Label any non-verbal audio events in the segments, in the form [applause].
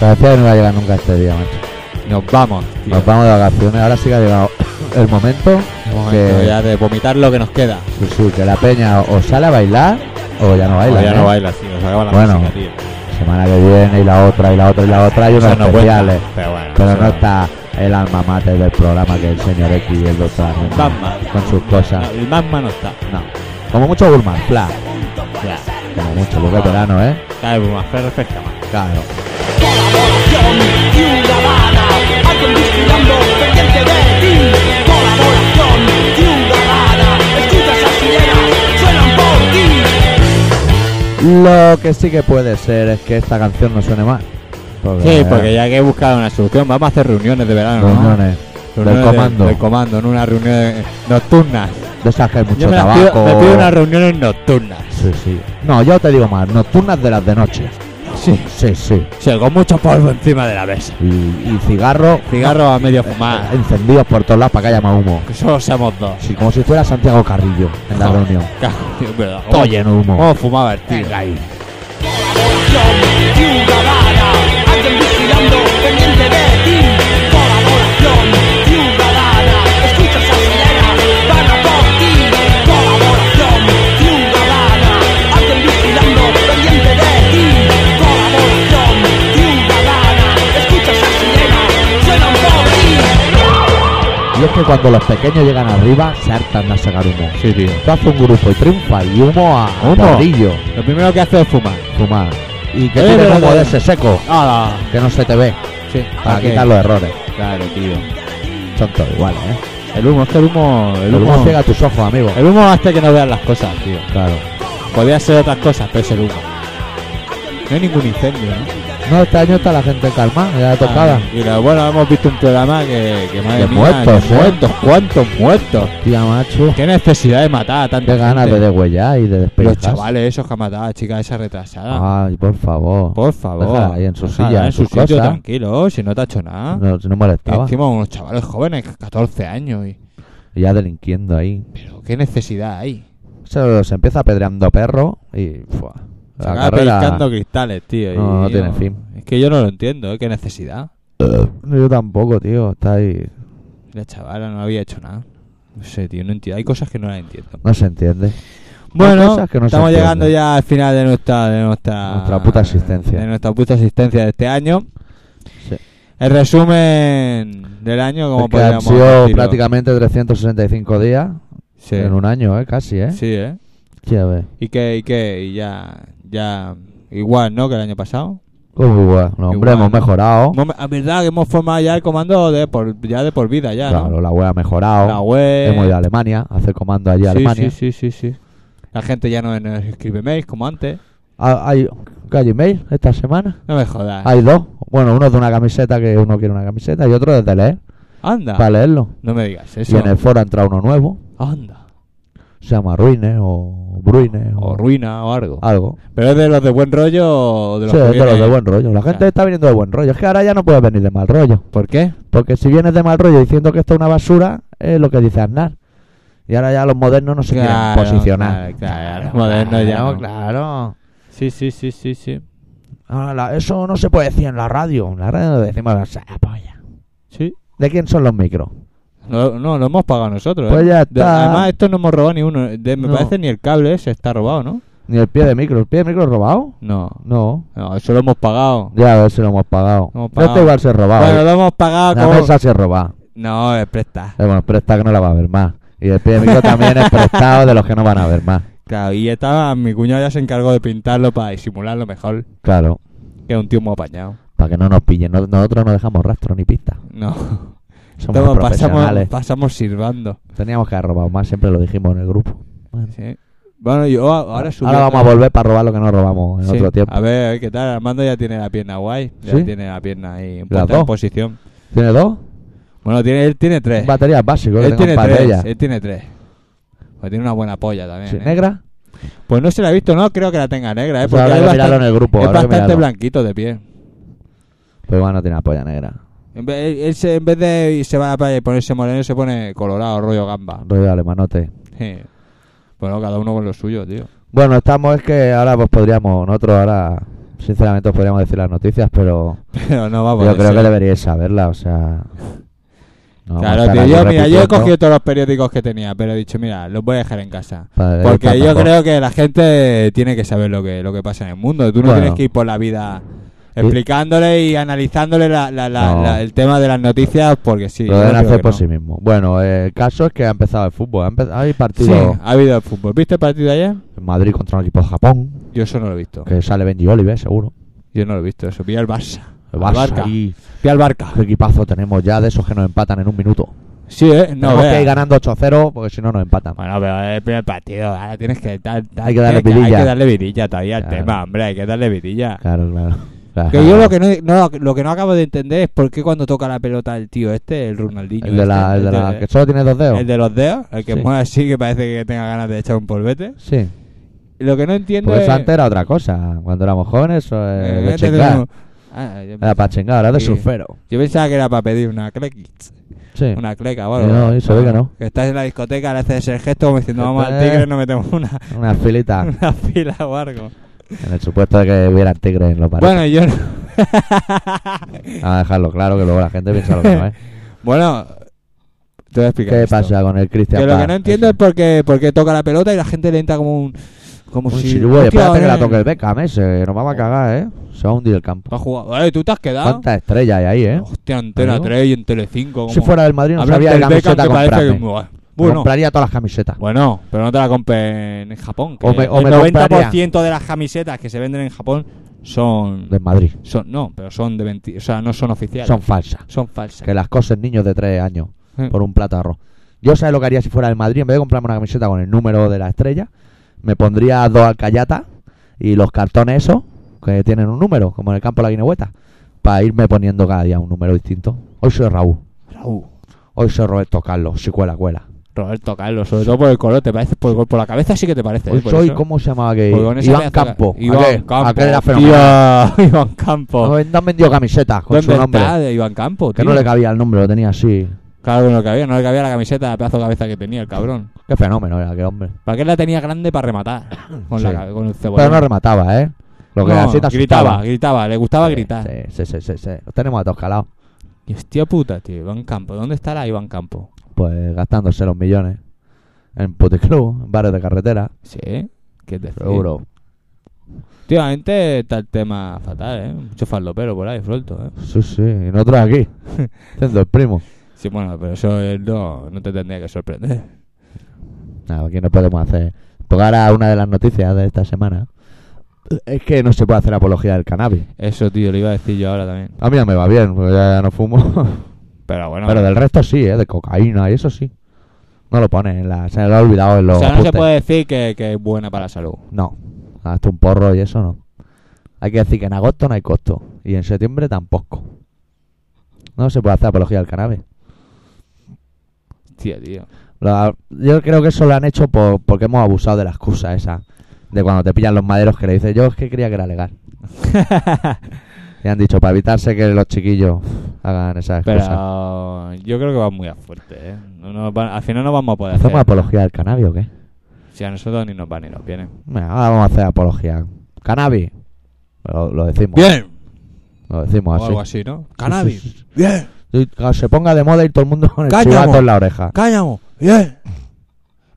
Parecía que no iba a llegar nunca este día, macho. Nos vamos, tío. Nos vamos de vacaciones. Ahora sí que ha llegado el momento. Es momento que- ya de vomitar lo que nos queda. Sí, sí, que la peña o sale a bailar o ya no baila. O ya ¿eh? no baila, sí, nos acaba la Bueno, música, tío. Semana que viene y la otra y la otra y la otra y unos Eso no cuenta, especiales. pero bueno, Pero eso no está el alma mater del programa que es el señor X y el doctor Arnoldo, Batman. con sus cosas. No, el magma no está. No. Como mucho Burman, fla. Ya. Como mucho, porque es verano, ¿eh? Cada vez más, pero refresca más. Claro. Colaboración ciudadana, alguien vigilando pendiente de ti. Colaboración ciudadana, escucha esas sirenas, suenan por ti. Lo que sí que puede ser es que esta canción no suene más. Pues Sí, porque ya que he buscado una solución, vamos a hacer reuniones de verano, ¿no? Reuniones. Del Reuniones de- comando. del comando, en una reunión de- nocturna. De esas que hay mucho Yo me, las tabaco. pido, me pido unas reuniones nocturnas. Sí, sí. No, yo te digo más, nocturnas de las de noche. Sí. Sí, sí. Sí, con mucho polvo encima de la mesa. Y, y cigarro. Cigarro a medio fumar. eh, Encendidos por todos lados para que haya más humo. Que solo seamos dos. Sí, como si fuera Santiago Carrillo en la Joder, reunión. cago, tío, es verdad. Todo lleno de humo. ¿Cómo fumaba el tío? Colaboración ciudadana, alguien vigilando pendiente de ti. Colaboración ciudadana, escucha esas sirenas, van a por ti. Colaboración ciudadana, alguien vigilando pendiente de ti. Colaboración ciudadana, escucha esas sirenas, suenan por ti. Y es que cuando los pequeños llegan arriba, se hartan de sacar humo. Sí, tío. Tú haces un grupo y triunfa y humo a a Humo. Carrillo. Lo primero que hace es fumar. Fumar. Y que Eh, tiene pero- humo de ese seco, Ah, que no se te ve, sí. para Ah, que- quitar los errores. Claro, tío. Son todos iguales, ¿eh? El humo, es que el humo. El El humo, humo ciega tus ojos, amigo. el humo hace que no veas las cosas, tío. Claro. Podría ser otras cosas, pero es el humo. No hay ningún incendio, ¿no? No, este año está la gente calma, ya tocada. Y lo bueno, hemos visto un programa que, que madre De mía, muertos, que ¿eh? muertos, cuántos muertos. Tía macho, Qué necesidad de matar a tanta qué ganas de gente. degüellar y de Los despellejar. chavales esos que han matado a la chica esa retrasada. Ay, por favor. Por favor. Ah. déjala ahí en su déjala silla, en en su sus sitio, cosas. tranquilo, si no te ha hecho nada. No, si no Y molestaba. ¿Ah? encima unos chavales jóvenes, 14 años. Y... Y ya delinquiendo ahí. Pero qué necesidad hay. Se los empieza apedreando perro y. fuá, Se la acaba carrera. pellizcando cristales, tío. y- No, no y tiene fin. Es que yo no lo entiendo, ¿eh? qué necesidad. Yo tampoco, tío. Está ahí. La chavala no había hecho nada. No sé, tío, no entiendo. Hay cosas que no las entiendo. No se entiende. Hay Bueno, cosas que no se estamos entienden. llegando ya al final de nuestra, de nuestra, Nuestra puta existencia. De nuestra puta existencia de este año. Sí. El resumen del año, como Es que han podríamos sido decirlo. prácticamente 365 días Sí. en un año, ¿eh? Casi, ¿eh? Sí, ¿eh? Sí, a ver. Y que, y que, y ya, ya, igual, ¿no? Que el año pasado. Uh, bueno, hombre, Igual, hemos ¿no? mejorado. Mom- A verdad que hemos formado ya el comando de por, ya de por vida, ya, claro, ¿no? la web ha mejorado. La web. Hemos ido a Alemania, a hacer comando allí a Eh, sí, Alemania. sí, sí, sí, sí. La gente ya no nos escribe mails como antes. Ah, Hay, ¿qué hay email esta semana? No me jodas. Hay dos. Bueno, uno de una camiseta que uno quiere una camiseta y otro desde leer, Anda. para leerlo. No me digas Y eso. en el foro ha entrado uno nuevo, Anda. se llama Ruines o Bruines o, O ruina o algo. algo. Pero es de los de buen rollo o de los Ah. Sí, que es de los vienen- de buen rollo. La gente Claro. está viniendo de buen rollo. Es que ahora ya no puedes venir de mal rollo. ¿Por qué? Porque si vienes de mal rollo diciendo que esto es una basura, es lo que dice Aznar. Y ahora ya los modernos no se Claro, quieren posicionar. claro, claro, los modernos ya Claro, no. Claro. Sí, sí, sí, sí, sí. Ahora, Ah, la- eso no se puede decir en la radio. En la radio lo decimos o sea, polla. Sí. ¿De quién son los micros? No, no, lo hemos pagado nosotros. ¿eh? Pues ya De- está. además, esto no hemos robado ni uno. De- me No. parece ni el cable ese está robado, ¿no? Ni el pie de micro. ¿El pie de micro es robado? No. No. No, eso lo hemos pagado. Ya a ver si lo hemos pagado. Lo hemos No está pagado. igual si es robado. eh. Bueno, lo hemos pagado la como... mesa se roba. No, es presta. Eh, bueno, presta que no la va a ver más. Y el pie de micro también es prestado de los que no van a ver más. Claro, y estaba, mi cuñado ya se encargó de pintarlo para disimularlo mejor. Claro. Que es un tío muy apañado. Para que no nos pillen. No- nosotros no dejamos rastro ni pista. No. [laughs] Somos Estamos- pasamos, profesionales. pasamos sirvando. Teníamos que haber robado más. Siempre lo dijimos en el grupo. Bueno. Sí. Bueno, yo a- ahora subí Ahora otra- vamos a volver para robar lo que no robamos en Sí. otro tiempo. A ver, a ver qué tal. Armando ya tiene la pierna guay. Ya ¿Sí? tiene la pierna ahí en Las puesta en dos. posición. ¿Tiene dos? Bueno, tiene, él tiene tres. Baterías básicas. que Eh. él tengo un tiene par de tres. ellas. Él tiene tres. Pues tiene una buena polla también. Sí, ¿eh? ¿Negra? Pues no se la ha visto, no creo que la tenga negra, ¿eh? Eso Porque habrá es que mirarlo bastante, en el grupo. es habrá que bastante mirarlo. blanquito de pie. Pues igual no tiene la polla negra. En vez, él, él se- en vez de ir- se va a la playa y ponerse moreno, se pone colorado, rollo gamba. Rollo alemanote. Sí. Bueno, cada uno con lo suyo, tío. [laughs] Bueno, estamos es que ahora pues podríamos, nosotros ahora Sinceramente os podríamos decir las noticias, pero Pero no va a yo poder creo ser. que deberíais saberla, o sea... no vamos a Claro, estar tío, aquí yo, mira, yo he repitiendo. cogido todos los periódicos que tenía, pero he dicho, mira, los voy a dejar en casa. Para Porque dedicar yo tampoco. creo que la gente tiene que saber lo que, lo que pasa en el mundo. Tú no Bueno. tienes que ir por la vida explicándole y analizándole la- la- la- No. la- el tema de las noticias porque sí. lo yo deben creo hacer que por no. sí mismo. Bueno, eh, el caso es que ha empezado el fútbol. Ha empe- Hay Sí, partido ha habido fútbol. ¿Viste el partido de ayer? en Madrid contra un equipo de Japón, Yo eso no lo he visto. que sale Benji Oliver, seguro. Yo no lo he visto. Eso, pilla el Barça. El Al Barça Barca. ahí. Pilla el Barca. Qué equipazo tenemos ya de esos que nos empatan en un minuto. Sí, ¿eh? No, Tenemos veas. que ir ganando 8-0 porque si no nos empatan. Bueno, pero es el primer partido. Ahora tienes que... dar- dar- Hay que darle Hay vidilla. que darle vidilla todavía al Claro. tema, hombre. Hay que darle vidilla. Claro, claro. Claro. Que yo lo que no, no, lo que no acabo de entender es por qué cuando toca la pelota el tío este, el Ronaldinho. El de, la, este, el de el la... de- que solo tiene dos dedos. el de los dedos, el que Sí. mueve así que parece que tenga ganas de echar un polvete. Sí. Lo que no entiendo Porque es. eso antes era otra cosa. Cuando éramos jóvenes, eso es eh, de antes chingar. teníamos- Ah, yo, Era para chingar, ahora es de Sí. surfero. yo pensaba que era para pedir una cleca. Sí. Una cleca, bueno. No, y se ve que no. Que estás en la discoteca, le haces el gesto como diciendo, vamos al Eh. tigre, no metemos una, Una filita [laughs] una fila o algo. en el supuesto de que hubiera tigres en los bares. Bueno, yo no. Vamos a dejarlo claro que luego la gente piensa lo que no, ¿eh? [laughs] bueno, te voy a explicar. ¿Qué esto. pasa con el Cristian Que lo que Paz? no entiendo es por qué, por qué toca la pelota y la gente le entra como un. Como Un si. chirigüey, Hostia, espérate que la eh, toque el Beckham ese, nos vamos a cagar, ¿eh? Se va a hundir el campo. ha jugado. Eh, tú te has quedado. ¿Cuántas estrellas hay ahí, eh? Hostia, Antena Amigo. 3 y en Telecinco. 5 Si fuera del Madrid no sabía de del Beckham camiseta que parece que. comprarme. Buah, Bueno, Compraría todas las camisetas. bueno, pero no te la compres en Japón. Que O me- o me el 90% de las camisetas que se venden en Japón son. Del Madrid. son no, pero son de 20. O sea, no son oficiales. Son falsas. Son falsas. Que las cosas niños de 3 años Mm. por un plato de arroz. Yo sabes lo que haría si fuera del Madrid. En vez de comprarme una camiseta con el número de la estrella, me pondría dos alcayatas y los cartones esos que tienen un número, como en el campo de la guinehueta, para irme poniendo cada día un número distinto. Hoy soy Raúl. Raúl, Hoy soy Roberto Carlos. Si cuela, cuela. Roberto Carlos, sobre todo por el color, te parece. Por, por la cabeza sí que te parece. Hoy eh, por Pues soy, eso. ¿cómo se llamaba que? Porque con esa Iván pedazo de- Campo. Iván Aquel- Campo. aquel era hostia, fenomenal. [laughs] Iván Campo. No, no han vendido camisetas con su ¿Dónde nombre. está de Iván Campo, Que tío? no le cabía el nombre, lo tenía así. Claro que no le cabía, no le cabía la camiseta, la pedazo de cabeza que tenía el cabrón. Qué fenómeno era, qué hombre. ¿Para qué la tenía grande [coughs] para rematar? Con, la Sí. ca- con el Pero cebollón. no remataba, ¿eh? Lo que No, así te gritaba, asustaba. gritaba, le gustaba gritar. Sí, sí, sí, sí, sí. Los tenemos a todos calados. Y hostia puta, tío, Iván Campo, ¿dónde está la Iván Campo? Pues gastándose los millones. En puticlub, en bares de carretera, Sí, ¿qué te seguro. Últimamente está el tema fatal, ¿eh? Mucho faldopero por ahí, suelto, ¿eh? Sí, sí. Y nosotros [laughs] aquí, siendo el primo. Sí, bueno, pero eso eh, no, no te tendría que sorprender. Nada, aquí no podemos hacer. Porque ahora una de las noticias de esta semana es que no se puede hacer apología del cannabis. Eso, tío, lo iba a decir yo ahora también. A mí no me va bien, porque ya no fumo. Pero bueno. [laughs] Pero del resto sí, ¿eh? De cocaína y eso sí. No lo pone en la... Se lo ha olvidado en los o sea, no se apuntes. puede decir que, que es buena para la salud. No, hasta un porro y eso no. Hay que decir que en agosto no hay costo y en septiembre tampoco. No se puede hacer apología al cannabis. Tío, [laughs] tío. Lo- yo creo que eso lo han hecho por- porque hemos abusado de la excusa esa. De cuando te pillan los maderos que le dices, yo es que creía que era legal. Y han dicho, para evitarse que los chiquillos hagan esa excusa. Pero yo creo que va muy a fuerte, ¿eh? No nos van- al final no vamos a poder hacer. ¿Hacemos apología al cannabis o qué? Si a nosotros ni nos va ni nos viene. Venga, ahora vamos a hacer apología. ¿Cannabis? Lo, lo decimos. ¡Bien! Lo decimos O algo así. así, ¿no? [laughs] Sí, sí, sí. [laughs] ¡Bien! Y cuando Se ponga de moda y todo el mundo con el Cállamo. chivato en la oreja. ¡Cállamo! ¡Bien!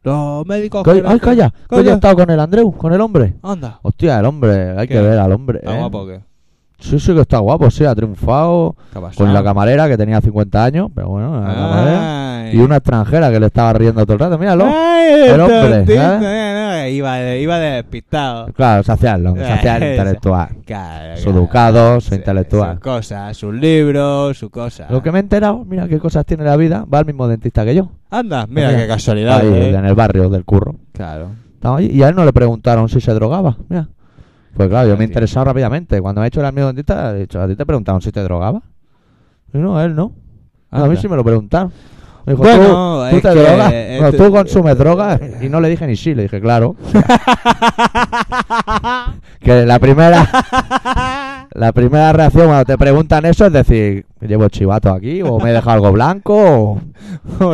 Los médicos... Coy- ay, calla, que hoy Calla. he estado con el Andreu, con el hombre. ¡Anda! Hostia, el hombre, hay ¿Qué? que ver al hombre. Está ¿eh? guapo, ¿qué? Sí, sí que está guapo, sí, ha triunfado ¿Qué ha pasado? con la camarera que tenía 50 años, pero bueno, Ah, la camarera. Ay. ¿Eh? Y una extranjera que le estaba riendo todo el rato, míralo. Ay, El hombre, eh? tontito, ¿sabes? no, no, Iba, de- iba de despistado. Claro, se hacía el hombre, se [laughs] hacía el Eh, intelectual. Claro, Su claro. educado, su Sí, intelectual. Sus cosas, sus libros, sus cosas. Lo que me he enterado, mira qué cosas tiene la vida, va al mismo dentista que yo. Anda, mira Mira. qué casualidad. Ahí, ¿eh? en el barrio del curro. Claro. Estaba allí, y a él no le preguntaron si se drogaba, mira. Pues claro, yo me he Tío. interesado rápidamente. Cuando me he hecho el amigo dentista, he dicho, ¿a ti te preguntaron si te drogaba? Y no, a él no. A mí Anda. sí me lo preguntaron. Me dijo, Bueno, ¿tú, tú es te que, drogas? eh, No, tú- tú consumes drogas. Y no le dije ni sí, le dije, claro. Que la [laughs] primera la primera reacción cuando te preguntan eso es decir, ¿llevo chivato aquí? ¿O me he dejado algo blanco? ¿O Oh,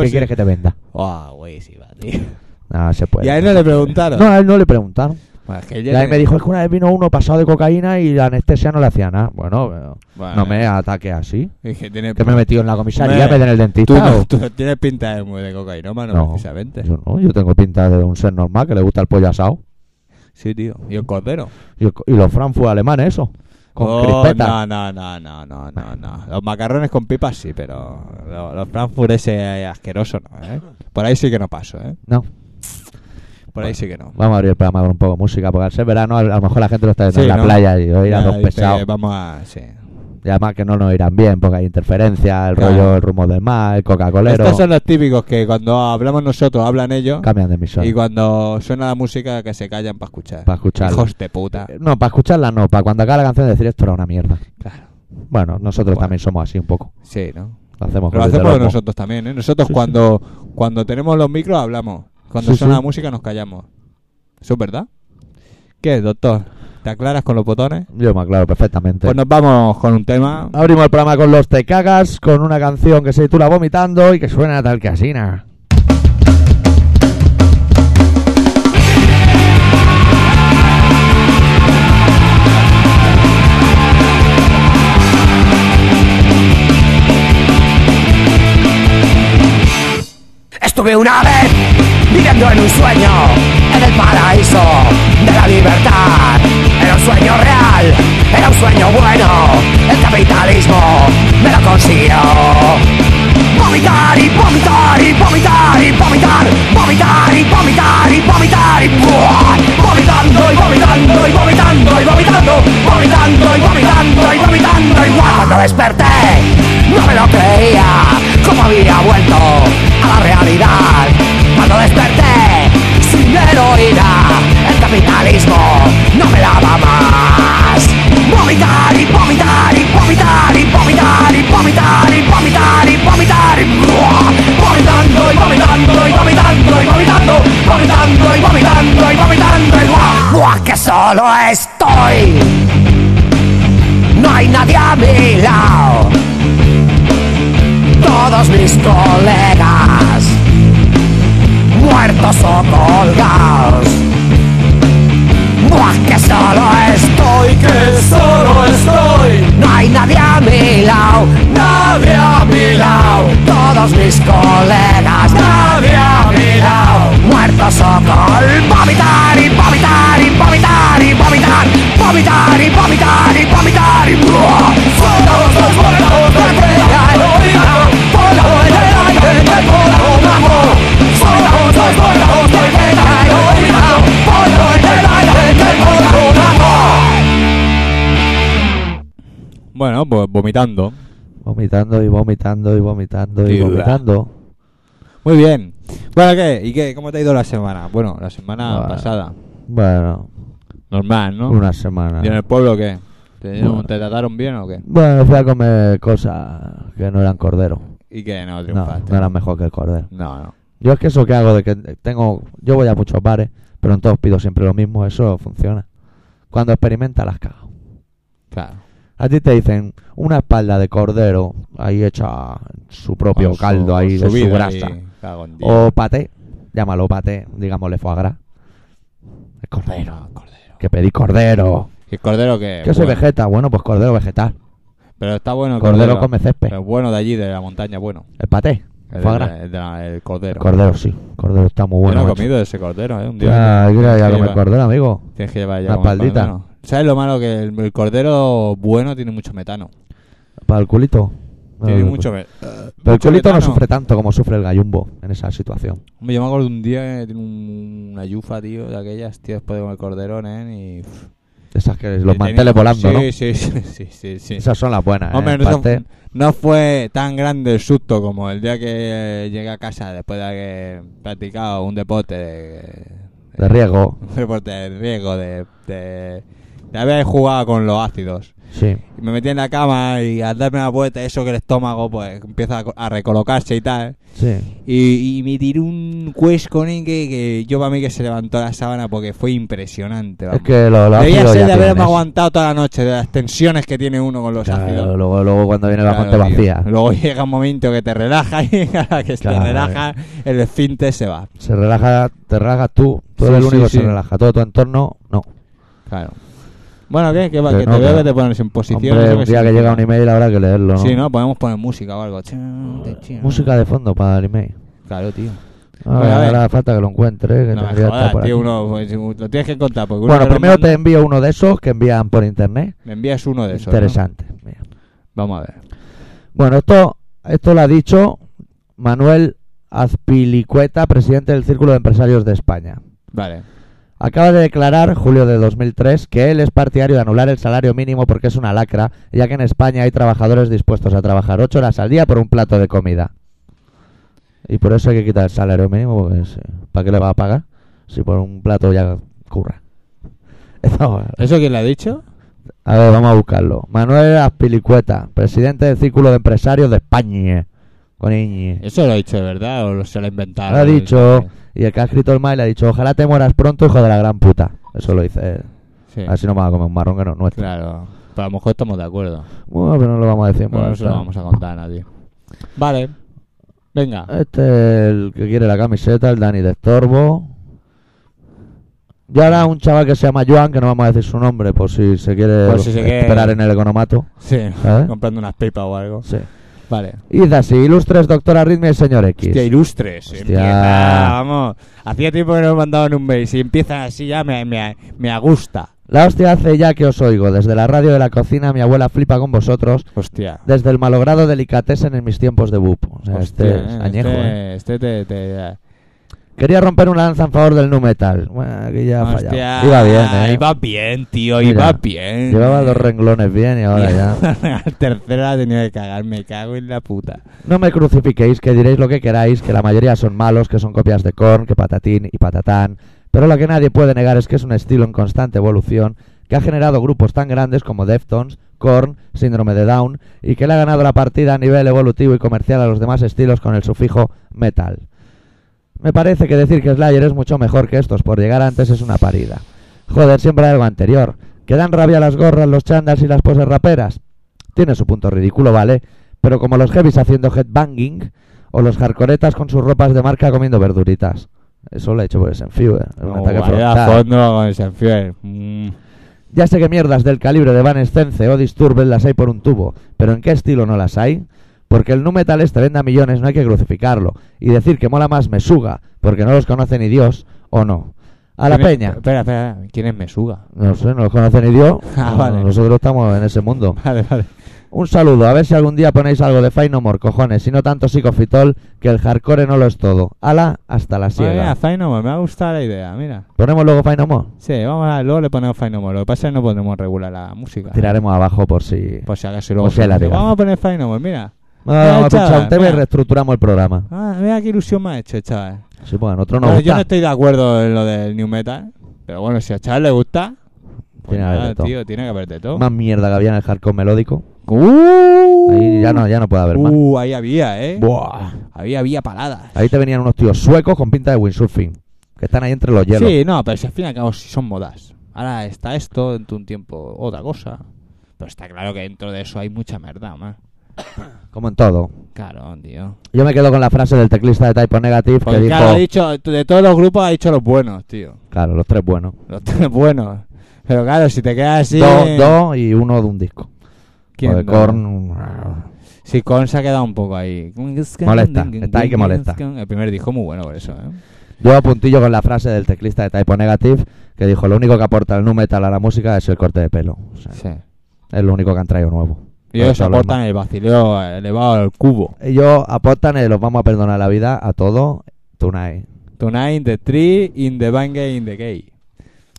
[laughs] qué sí. quieres que te venda? Buah, buenísima, tío. No, se puede. Y a él no le preguntaron. No, a él no le preguntaron. Bueno, es que Y ahí me dijo, es que una vez vino uno pasado de cocaína y la anestesia no le hacía nada. Bueno, pero Bueno, no me ataque así. es que tiene Que me he metido en la comisaría, Hombre, me den el [laughs] Tú, dentista. no, o- tú no tienes pinta de muy de cocainómano, No. precisamente. Yo no, yo tengo pinta de un ser normal que le gusta el pollo asado. Sí, tío. Y el cordero. Y, el co- y los Frankfurt alemanes, eso. Con Oh, crispetas. No, no, no, no, no, no, no. Los macarrones con pipas sí, pero lo- los Frankfurt ese asqueroso no, ¿eh? Por ahí sí que no paso, ¿eh? No. Por ahí sí que no. Vamos a abrir el programa con un poco de música, porque al ser verano, a a lo mejor la gente lo está viendo Sí, en la ¿no? playa y oirá Ya dos dice, pesados. Vamos a... Sí. Y además que no nos irán bien, porque hay interferencia, el Claro. rollo, el rumor del mar, el Coca-Colero. Estos son los típicos que cuando hablamos nosotros hablan ellos Cambian de emisora. y cuando suena la música que se callan para escuchar. Para escucharla. Hijos de puta. Eh, No, para escucharla no, para cuando acabe la canción decir esto era una mierda. Claro. Bueno, nosotros Bueno. también somos así un poco. Sí, ¿no? Lo hacemos Lo con desde hacemos loco. nosotros también, ¿eh? Nosotros Sí, sí. cuando, cuando tenemos los micros hablamos. Cuando Sí, suena sí. la música nos callamos. ¿Eso es verdad? ¿Qué, doctor? ¿Te aclaras con los botones? Yo me aclaro perfectamente. Pues nos vamos con un tema. Abrimos el programa con los Te Cagas, con una canción que se titula Vomitando y que suena tal que asina. Estuve una vez viviendo en un sueño, en el paraíso de la libertad. Era un sueño real, era un sueño bueno. El capitalismo me lo consiguió. Vomitar y vomitar y vomitar y vomitar, vomitar y vomitar y vomitar y ¡buah! vomitando y vomitando y vomitando y vomitando, vomitando y vomitando y vomitando y ¡buah! Cuando desperté, no me lo creía Cómo había vuelto a la realidad Cuando desperté sin heroína El capitalismo no me daba más Vomitar y vomitar y vomitar y vomitar y vomitar y vomitar y vomitar y ¡buah! Vomitando y vomitando y vomitando y vomitando Vomitando y vomitando y vomitando y ¡buah! ¡Buah! Que solo estoy No hay nadie a mi lado todos mis colegas muertos o colgados. Buah, que solo estoy, que solo estoy. No hay nadie a mi lado, nadie a mi lado. Todos mis colegas, nadie a mi lado. Muertos o col, vomitar y vomitar y vomitar y vomitar, vomitar y vomitar y vomitar y buah. Son todos los muertos de la heroína, colgados en el aire del colado blanco. Son todos los muertos de la heroína, colgados en el aire del colado blanco. Bueno, pues vomitando. Vomitando y vomitando y vomitando y Tío. vomitando. Muy bien. Bueno, ¿qué? ¿Y qué? ¿Cómo te ha ido la semana? Bueno, la semana Bueno. pasada. Bueno, Normal, ¿no? una semana. ¿Y en el pueblo qué? ¿Te, Bueno. te trataron bien o qué? Bueno, fui a comer cosas que no eran cordero. ¿Y qué? No, No, triunfaste. no eran mejor que el cordero. no, no. Yo es que eso que hago de que tengo... Yo voy a muchos bares, pero en todos pido siempre lo mismo. Eso funciona. Cuando experimenta las cago. Claro. A ti te dicen una espalda de cordero ahí hecha en su propio Con su- caldo ahí de su vida grasa. Oh. ahí, cago en diez. O paté, llámalo paté, digámosle foie gras. El cordero, Ah, cordero. que pedí cordero. ¿Y el cordero qué? Yo soy Bueno. vegeta, bueno, pues cordero vegetal. Pero está bueno el cordero, cordero. come césped. Pero bueno de allí, de la montaña, bueno. El paté, El, foie de- gras. el de la- el cordero. El cordero, sí, el cordero está muy bueno. Yo no he macho. comido ese cordero, ¿eh? Un día. Ah, hay que ir a Sí, comer va. cordero, amigo. Tienes que llevar ya Una como el espaldita. metano. ¿Sabes lo malo? Que el, el cordero bueno tiene mucho metano. Para el culito. Ah, tiene mucho, pues. me- Pero el mucho culito no metano. sufre tanto como sufre el gallumbo en esa situación. Hombre, yo me acuerdo un día que tiene un- una yufa, tío, de aquellas, tío, después de comer cordero, ¿eh? Y, pff, Esas que tenía- los manteles volando, sí, ¿no? Sí, [laughs] sí, sí, sí, sí. Esas son las buenas. ¿eh? Hombre, El no, eso- paté. no fue tan grande el susto como el día que eh, llegué a casa después de haber practicado un deporte de, eh, [laughs] De riego. un deporte de riesgo de, de, de Ya había jugado con los ácidos. Sí. Y me metí en la cama y al darme una vuelta, eso que el estómago pues empieza a co- a recolocarse y tal. Sí. Y, y me tiré un cuesconing que, que yo para mí que se levantó la sábana porque fue impresionante. vamos. Es que lo, lo Debía ácido ser ya de haberme tienes. aguantado toda la noche, de las tensiones que tiene uno con los Claro, ácidos. luego, luego cuando viene la Claro, fuente tío. vacía, Luego [laughs] llega un momento que te relaja [laughs] y cada que Claro. te relaja, el esfínter se va. se relaja, te relajas tú, tú Sí, eres el sí, único que sí. se relaja, todo tu entorno, no. Claro. Bueno, ¿qué? ¿Qué va? Que Que no, te veo que- que te pones en posición. no Hombre, sé un qué día que significa. llega un email habrá que leerlo, ¿no? Sí, ¿no? Podemos poner música o algo. Música de fondo para el email. Claro, tío. Ah, Bueno, Pues, a ver. ahora falta que lo encuentre, que No me tendría que estar jodas, por tío, aquí. uno, pues, lo tienes que contar. Porque uno Bueno, te lo primero manda- te envío uno de esos que envían por internet. Me envías uno de esos. ¿no? Interesante. Mira. Vamos a ver. Bueno, esto, esto lo ha dicho Manuel Azpilicueta, presidente del Círculo de Empresarios de España. Vale. Acaba de declarar, julio de 2003, que él es partidario de anular el salario mínimo porque es una lacra, ya que en España hay trabajadores dispuestos a trabajar ocho horas al día por un plato de comida. Y por eso hay que quitar el salario mínimo, porque es, eh, ¿para qué le va a pagar? Si por un plato ya curra. [laughs] Esto- ¿Eso quién lo ha dicho? a ver, vamos a buscarlo. Manuel Aspilicueta, presidente del Círculo de Empresarios de España. Con Iñi. ¿Eso lo ha dicho de verdad o lo- se lo ha inventado? Lo ha dicho, y el que ha escrito el mail ha dicho, ojalá te mueras pronto, hijo de la gran puta. Eso lo dice él. Sí, Así no me va a comer un marrón que no es nuestro. claro. Pero a lo mejor estamos de acuerdo. Bueno, pero no lo vamos a decir. No, porque no se lo está- vamos a contar a nadie. Vale. Venga. Este es el que quiere la camiseta, el Dani de Estorbo. Y ahora un chaval que se llama Joan, que no vamos a decir su nombre, por si se quiere Por si se quiere- esperar en el economato. Sí, ¿sabes? comprando unas pipas o algo. Sí. Vale. Y dice así, ilustres doctora Arritmia y señor X. Hostia, ilustres. Hostia. Empieza, vamos. Hacía tiempo que no me mandaban un mail. Si empiezan así ya me, me, me agusta. La hostia hace ya que os oigo. Desde la radio de la cocina, mi abuela flipa con vosotros. Hostia. Desde el malogrado delicatessen en mis tiempos de bup. O sea, Hostia, este es eh, añejo, ¿eh? Este, este te, te- Quería romper una lanza en favor del nu metal. Bueno, aquí ya ha fallado. Hostia. Iba bien, ¿eh? Iba bien, tío. Mira, iba bien. Llevaba [laughs] dos renglones bien y ahora ya. La tercera la tenía que cagar. Me cago en la puta. No me crucifiquéis, que diréis lo que queráis, que la mayoría son malos, que son copias de Korn, que patatín y patatán. Pero lo que nadie puede negar es que es un estilo en constante evolución que ha generado grupos tan grandes como Deftones, Korn, Síndrome de Down y que le ha ganado la partida a nivel evolutivo y comercial a los demás estilos con el sufijo metal. Me parece que decir que Slayer es mucho mejor que estos por llegar antes es una parida. Joder, siempre hay algo anterior. ¿Que dan rabia las gorras, los chandals y las poses raperas? Tiene su punto ridículo, ¿vale? Pero como los heavies haciendo headbanging o los hardcoretas con sus ropas de marca comiendo verduritas. Eso lo he hecho por ese enfío, eh. Un Como ataque vaya a frontal. fondo con el Sanfiel. Mm. Ya sé que mierdas del calibre de Vanescence o Disturbed las hay por un tubo, pero ¿en qué estilo no las hay? Porque el nu metal este venda millones, no hay que crucificarlo. Y decir que mola más Mesuga, porque no los conoce ni Dios, o no. A la ¿Quién es- peña. Espera, espera. ¿Quién es [laughs] Mesuga? No sé, no los conoce ni Dios. [laughs] Ah, no, vale. Nosotros estamos en ese mundo. Vale, vale. Un saludo, a ver si algún día ponéis algo de Fine No More, cojones, y no tanto psicofitol, que el hardcore no lo es todo. Ala, hasta la Bueno, mira, sierra. Fine No More, me ha gustado la idea, mira. Ponemos luego Fine No More. Sí, vamos a, luego le ponemos Fine No More. Lo que pasa es que no podemos regular la música. Tiraremos abajo por si. Por si acaso y luego. Por si hay la dice, liga. vamos a poner Fine No More, mira. Ah, vamos a eh, chaval, pinchar un tema y mira. reestructuramos el programa. Ah, mira qué ilusión me ha hecho, chaval. Sí, pues a nosotros nos Pero gusta. yo no estoy de acuerdo en lo del New Metal. Pero bueno, si a chaval le gusta. Pues Tiene que haber de nada, todo. tío, tiene que haber de todo. Más mierda que había en el hardcore melódico. Uh, Ahí ya no, ya no puede haber más. Uh, ahí había, eh. Buah. Ahí había paladas. Ahí te venían unos tíos suecos con pinta de windsurfing. Que están ahí entre los hielos. Sí, no, pero si al fin y al cabo si son modas. Ahora está esto, dentro de un tiempo otra cosa. Pero está claro que dentro de eso hay mucha mierda, más. Como en todo. Claro, tío. Yo me quedo con la frase del teclista de Type O Negative que Porque dijo... claro, ha dicho, de todos los grupos ha dicho los buenos, tío. Claro, los tres buenos. Los tres [laughs] buenos. Pero claro, si te quedas así. eh, Dos, dos y uno de un disco. ¿quién Porque no? Korn... Si Korn se ha quedado un poco ahí. Molesta, está ahí que molesta. El primer disco muy bueno por eso, ¿eh? Yo apuntillo con la frase del teclista de Type O Negative que dijo lo único que aporta el nu metal a la música es el corte de pelo. O sea, Sí. Es lo único que han traído nuevo. Y No ellos hay problema. aportan el vacileo elevado al cubo. Ellos aportan y los vamos a perdonar la vida a todos. Tunai. Tonight in the tree, in the bang in the gay.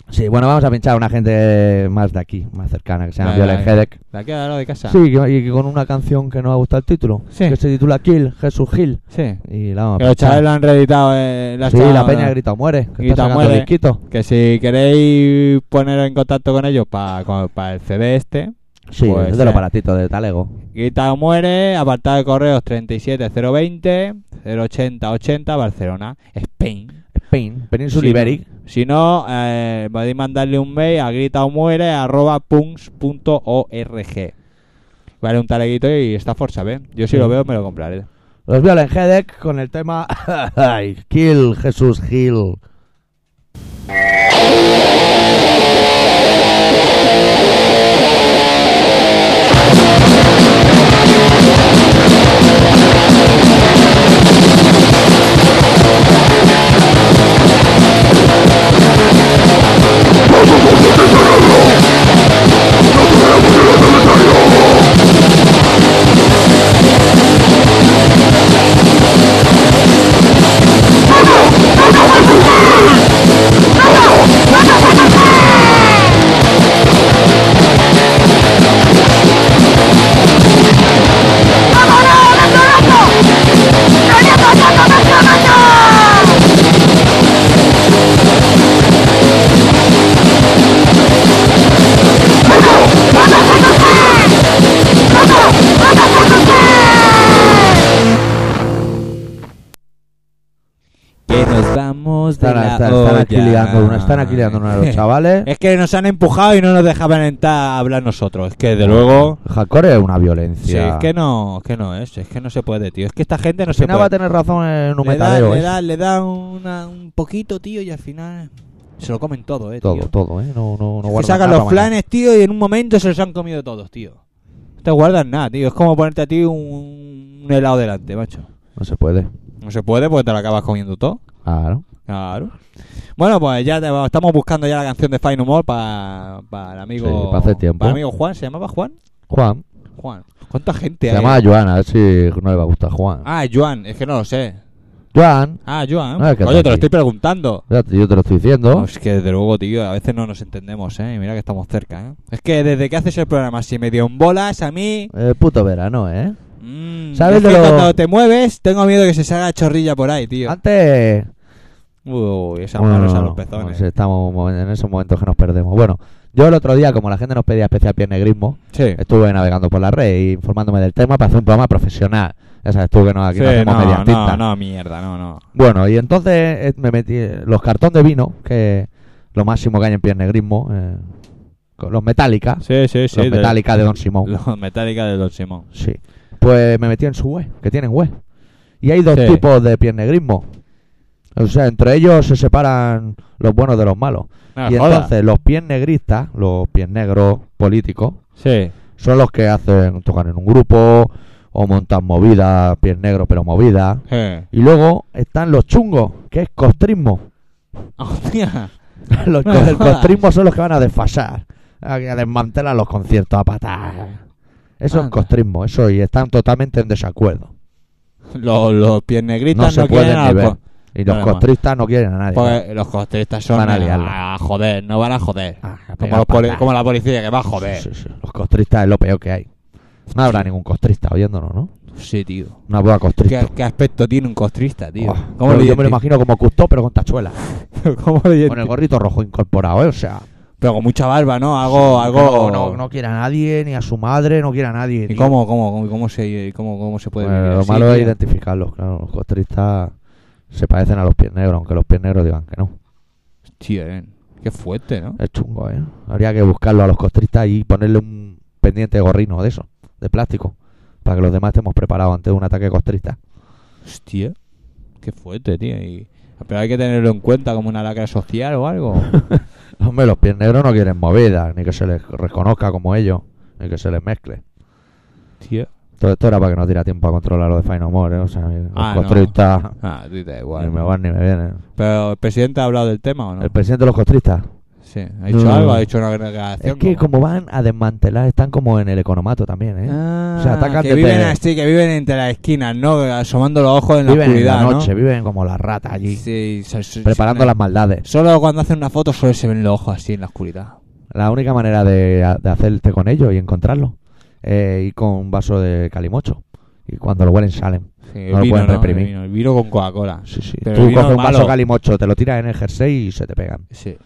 Sí, bueno, vamos a pinchar a una gente más de aquí, más cercana, que se llama Venga, Violent venga. Headache. ¿La queda al lado de casa? Sí, que- y que con una canción que no ha gustado el título, Sí. que se titula Kill, Jesús Gil. Sí. Y la vamos Que a pinchar. los chavales lo han reeditado en la Sí, la peña ha gritado muere, que Grita, está sacando muere. disquito. Que si queréis poneros en contacto con ellos para el CD este, Sí, Pues, es de los eh. baratitos de Talego. Guita muere, apartado de correos 37020 08080 Barcelona, Spain. Spain, Península Si no- Ibérica. Si no, eh, podéis mandarle un mail a gritaomuere arroba punks punto org. Vale, un taleguito y está forza, ¿ves? Yo si Sí. lo veo me lo compraré. Los Violent Headache con el tema [laughs] ay, Kill, Jesús Gil. Que nos vamos de Están, la están, están aquí olla. liando uno, están aquí liando uno de [laughs] los chavales. Es que nos han empujado y no nos dejaban entrar a hablar nosotros. Es que de luego... El hardcore es una Sí, violencia. es que no, es que no es, es que no se puede, tío. Es que esta gente no Al se final puede. va a tener razón en un le da, metalero, le ¿eh? da, le da una- un poquito, tío, y al final se lo comen todo, eh, Todo, tío. todo, ¿eh? No, no, no que guardan sacan nada los para mañana. flanes, tío, y en un momento se los han comido todos, tío. No te guardan nada, tío. Es como ponerte a ti un, un helado delante, macho. No se puede. No se puede porque te lo acabas comiendo todo. Claro. Claro. Bueno, pues ya te- estamos buscando ya la canción de Fine Humor para el amigo. Sí, pa' hace tiempo. pa' el amigo Juan, ¿se llamaba Juan? Juan. Juan. ¿Cuánta gente Se hay? llama Joan, a ver si no le va a gustar Juan. Ah, Juan, es que no lo sé. Joan, Ah, Joan. Ah, es que Oye, está te lo aquí. estoy preguntando. ya te- yo te lo estoy diciendo. No, es que desde luego, tío, a veces no nos entendemos, ¿eh? Y mira que estamos cerca, ¿eh? Es que desde que haces el programa, si me dio bolas a mí... Eh, puto verano, ¿eh? mm, ¿Sabes es de que lo- cuando te mueves, tengo miedo que se salga chorrilla por ahí, tío. Antes... Uy, esas Bueno, manos a no, los no, pezones. no sé, estamos mo- en esos momentos que nos perdemos. Bueno, yo el otro día, como la gente nos pedía especial pie negrismo, Sí. estuve navegando por la red e informándome del tema para hacer un programa profesional. Ya sabes tú que no, aquí Sí, no hacemos no, medias tintas. no, no, mierda, no, no. Bueno, y entonces eh, me metí eh, los cartón de vino, que lo máximo que hay en pie negrismo, eh, con los metálicas, Sí, sí, sí. los metálicas de Don Simón. Los Metallica de Don Simón. Sí. Pues me metí en su web, que tienen web. Y hay dos Sí. tipos de piernegrismo. O sea, entre ellos se separan los buenos de los malos. No y jodas. entonces los piernegristas, los piernegros políticos, Sí. son los que hacen tocan en un grupo o montan movidas, piernegro pero movidas. sí. Y luego están los chungos, que es costrismo. Ah, [laughs] Hostia. Los No co- me el jodas. costrismo son los que van a desfasar, a, a desmantelar los conciertos a patar. Eso Anda. es costrismo, eso, y están totalmente en desacuerdo. Los, los no piernegritas se no, pueden quieren ni al ver. co- Y los Vale, costristas no quieren a nadie. Porque los costristas son Van a a, liarla. a joder, no van a joder. Ah, a pues, Como, pegar los poli- patas. como la policía que va a joder. Sí, sí, sí. Los costristas es lo peor que hay. No habrá ningún costrista oyéndonos, ¿no? Sí, tío. Una boda costrista. ¿Qué, qué aspecto tiene un costrista, tío? Oh, ¿Cómo, yo, lo yo me lo identi- imagino como Custó, pero con tachuela. [laughs] ¿Cómo lo Con el identi- gorrito rojo incorporado, ¿eh? O sea, Pero con mucha barba, ¿no? Algo, algo... no, no, no quiere a nadie, ni a su madre, no quiere a nadie. ¿Y tío. cómo, cómo, cómo, cómo se, cómo, cómo se puede Bueno, vivir lo así, malo es Pues tío? identificarlos, claro. Los costristas se parecen a los pies negros, aunque los pies negros digan que no. Tío, eh, qué fuerte, ¿no? Es chungo, ¿eh? Habría que buscarlo a los costristas y ponerle un pendiente de gorrino de eso, de plástico, para que los demás estemos preparados ante un ataque [laughs] costrista. Hostia, qué fuerte, tío. Y... Pero hay que tenerlo en cuenta como una lacra social o algo. [laughs] Hombre, los pies negros no quieren movidas, ni que se les reconozca como ellos, ni que se les mezcle. tío. Todo esto era para que no diera tiempo a controlar lo de Final More, ¿eh? O sea, los Ah, no. costristas Ah, a ti te da ni igual. me van ni me vienen. Pero el presidente ha hablado del tema o no? El presidente de los costristas, Sí, ha dicho No. algo, ha dicho una Es agregación. que como van a desmantelar, están como en el economato también, ¿eh? Ah, o sea, atacan que desde- viven así, que viven entre las esquinas, ¿no? Asomando los ojos en la viven en oscuridad, la noche, ¿no? viven como las ratas allí, Sí, se- se- preparando se- las maldades. Solo cuando hacen una foto solo se ven los ojos así en la oscuridad. La única manera de, de hacerte con ellos y encontrarlo eh, ir con un vaso de calimocho. Y cuando lo huelen, salen. Sí, No lo pueden reprimir. El vino, el vino con Coca-Cola. Sí, sí. Pero Tú vino coges un vaso malo. de calimocho, te lo tiras en el jersey y se te pegan. Sí.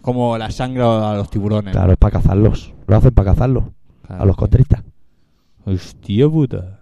Como la sangre a los tiburones. Claro, es para cazarlos. Lo hacen para cazarlos. Claro, A los sí. costristas. Hostia puta.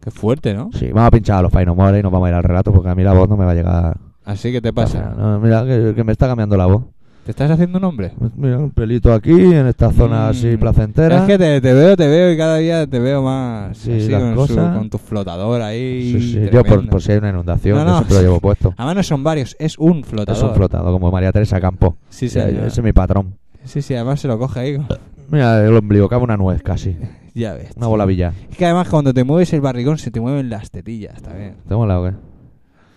Qué fuerte, ¿no? Sí, vamos a pinchar a los Fainomores y nos vamos a ir al relato porque a mí la voz no me va a llegar. Así que te pasa. No, mira, que, que me está cambiando la voz. ¿Te estás haciendo un hombre? Pues Mira, un pelito aquí, en esta zona Mm. así placentera. Es que te, te veo, te veo y cada día te veo más Sí, así las con, cosas. con tu flotador ahí. Sí, sí, tremendo. Yo, por, por si hay una inundación, No, yo no, siempre lo llevo [laughs] puesto. Además no son varios, es un flotador. Es un flotado, como María Teresa Campo. Sí, Ya, señor. yo- ese es mi patrón. Sí, sí, además se lo [laughs] coge ahí. Mira, el ombligo, cabe una nuez casi. Ya ves. Una bola villa. Es que además cuando te mueves el barrigón se te mueven las tetillas también. ¿Te mola o qué?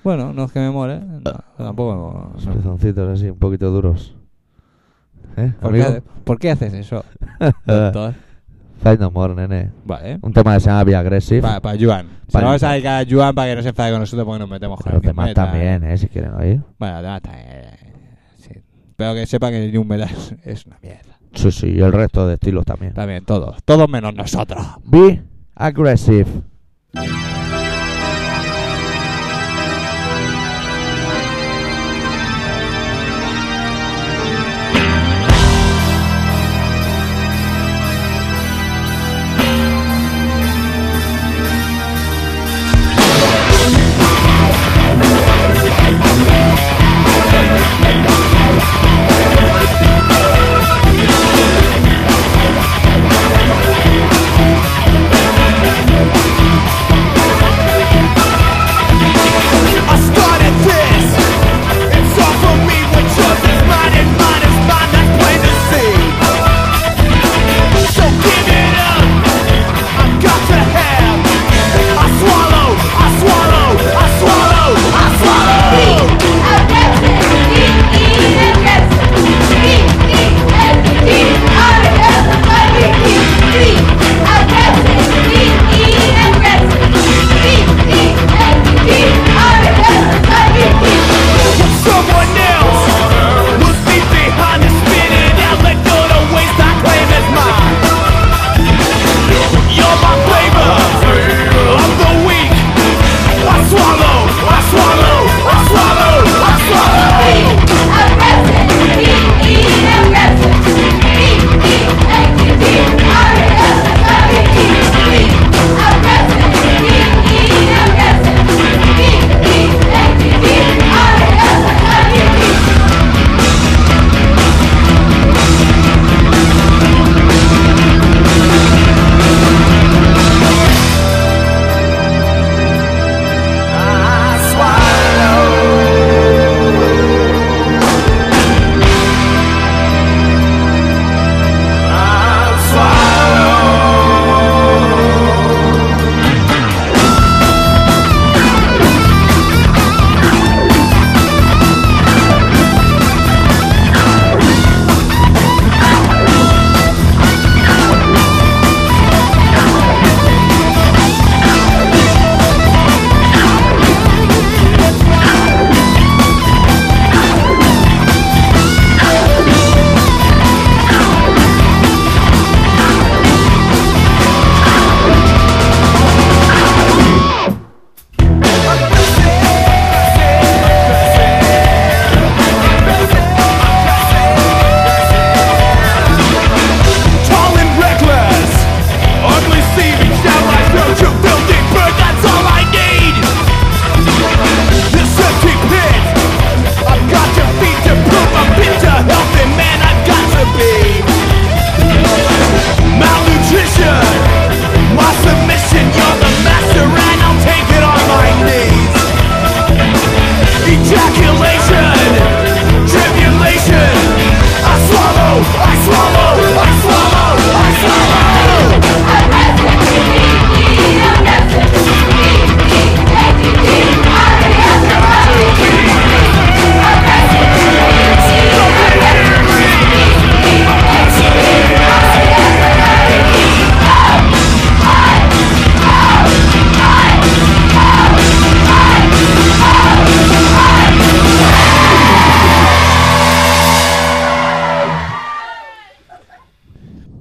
Bueno, no es que me mole, no, tampoco. Los Pues no. pezoncitos así, un poquito duros. ¿Eh, ¿Por, amigo? Ah. qué, por qué [laughs] haces eso? doctor? Fight no more, nene. Vale. Un tema que se llama Be Aggressive. Para Juan. Se Vale. lo vamos a dedicar a Juan para que no se enfade con nosotros porque nos metemos con Los el new demás metal. también, ¿eh? Si quieren oír. Bueno, los demás también. Sí. Pero que sepa que el New Metal es- [laughs] es una mierda. Sí, sí, y el resto de estilos también. También todos. Todos menos nosotros. Be Aggressive. Thank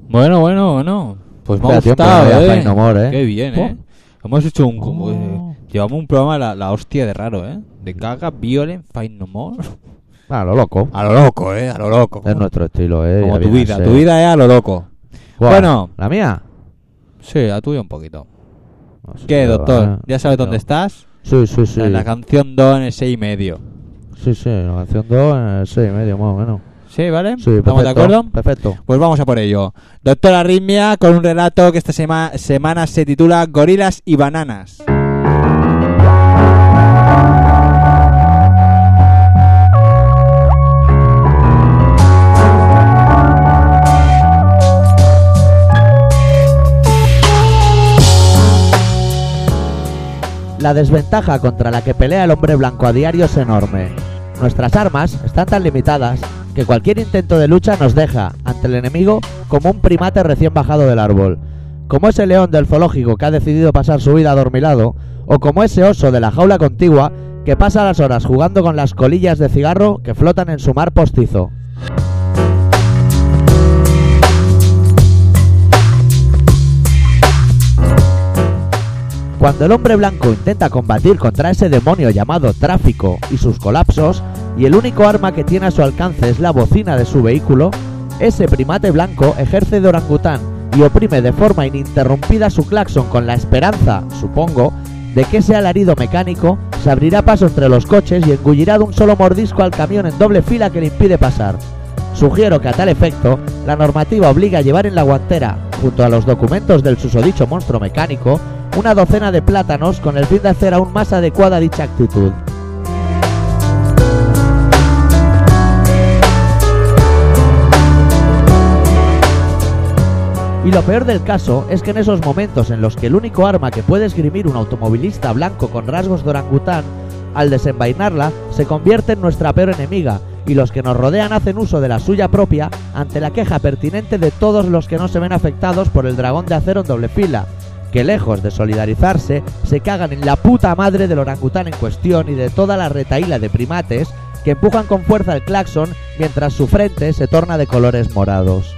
Bueno, bueno, bueno. Pues me ha Da tiempo, gustado, eh, a eh. Fight No More, eh. Qué bien, eh. Hemos hecho un... como- eh, Llevamos un programa la, la hostia de raro, eh. De caga, violent, fight no more. Ah, lo loco. A lo loco, eh. A lo loco. Es nuestro estilo, eh. Como ya tu viene a vida. ser. Tu vida es a lo loco. Buah, Bueno. ¿La mía? Sí, la tuya un poquito. No sé, ¿Qué, doctor? eh. ¿Ya sabes dónde No. estás? Sí, sí, sí. En la canción 2 en el 6 y medio. Sí, sí, la canción 2 en el 6 y medio más o menos. ¿Sí, vale? Sí, ¿Estamos de perfecto, acuerdo? Perfecto. Pues vamos a por ello. Doctor Arritmia con un relato que esta sema- semana se titula Gorilas y Bananas. La desventaja contra la que pelea el hombre blanco a diario es enorme. Nuestras armas están tan limitadas que cualquier intento de lucha nos deja, ante el enemigo, como un primate recién bajado del árbol. Como ese león del zoológico que ha decidido pasar su vida adormilado, o como ese oso de la jaula contigua que pasa las horas jugando con las colillas de cigarro que flotan en su mar postizo. Cuando el hombre blanco intenta combatir contra ese demonio llamado tráfico y sus colapsos, y el único arma que tiene a su alcance es la bocina de su vehículo, ese primate blanco ejerce de orangután y oprime de forma ininterrumpida su claxon con la esperanza, supongo, de que ese alarido mecánico se abrirá paso entre los coches y engullirá de un solo mordisco al camión en doble fila que le impide pasar. Sugiero que a tal efecto, la normativa obliga a llevar en la guantera, junto a los documentos del susodicho monstruo mecánico, una docena de plátanos con el fin de hacer aún más adecuada dicha actitud. Y lo peor del caso es que en esos momentos en los que el único arma que puede esgrimir un automovilista blanco con rasgos de orangután, al desenvainarla, se convierte en nuestra peor enemiga, y los que nos rodean hacen uso de la suya propia ante la queja pertinente de todos los que no se ven afectados por el dragón de acero en doble fila, que lejos de solidarizarse, se cagan en la puta madre del orangután en cuestión y de toda la retaíla de primates que empujan con fuerza el claxon mientras su frente se torna de colores morados.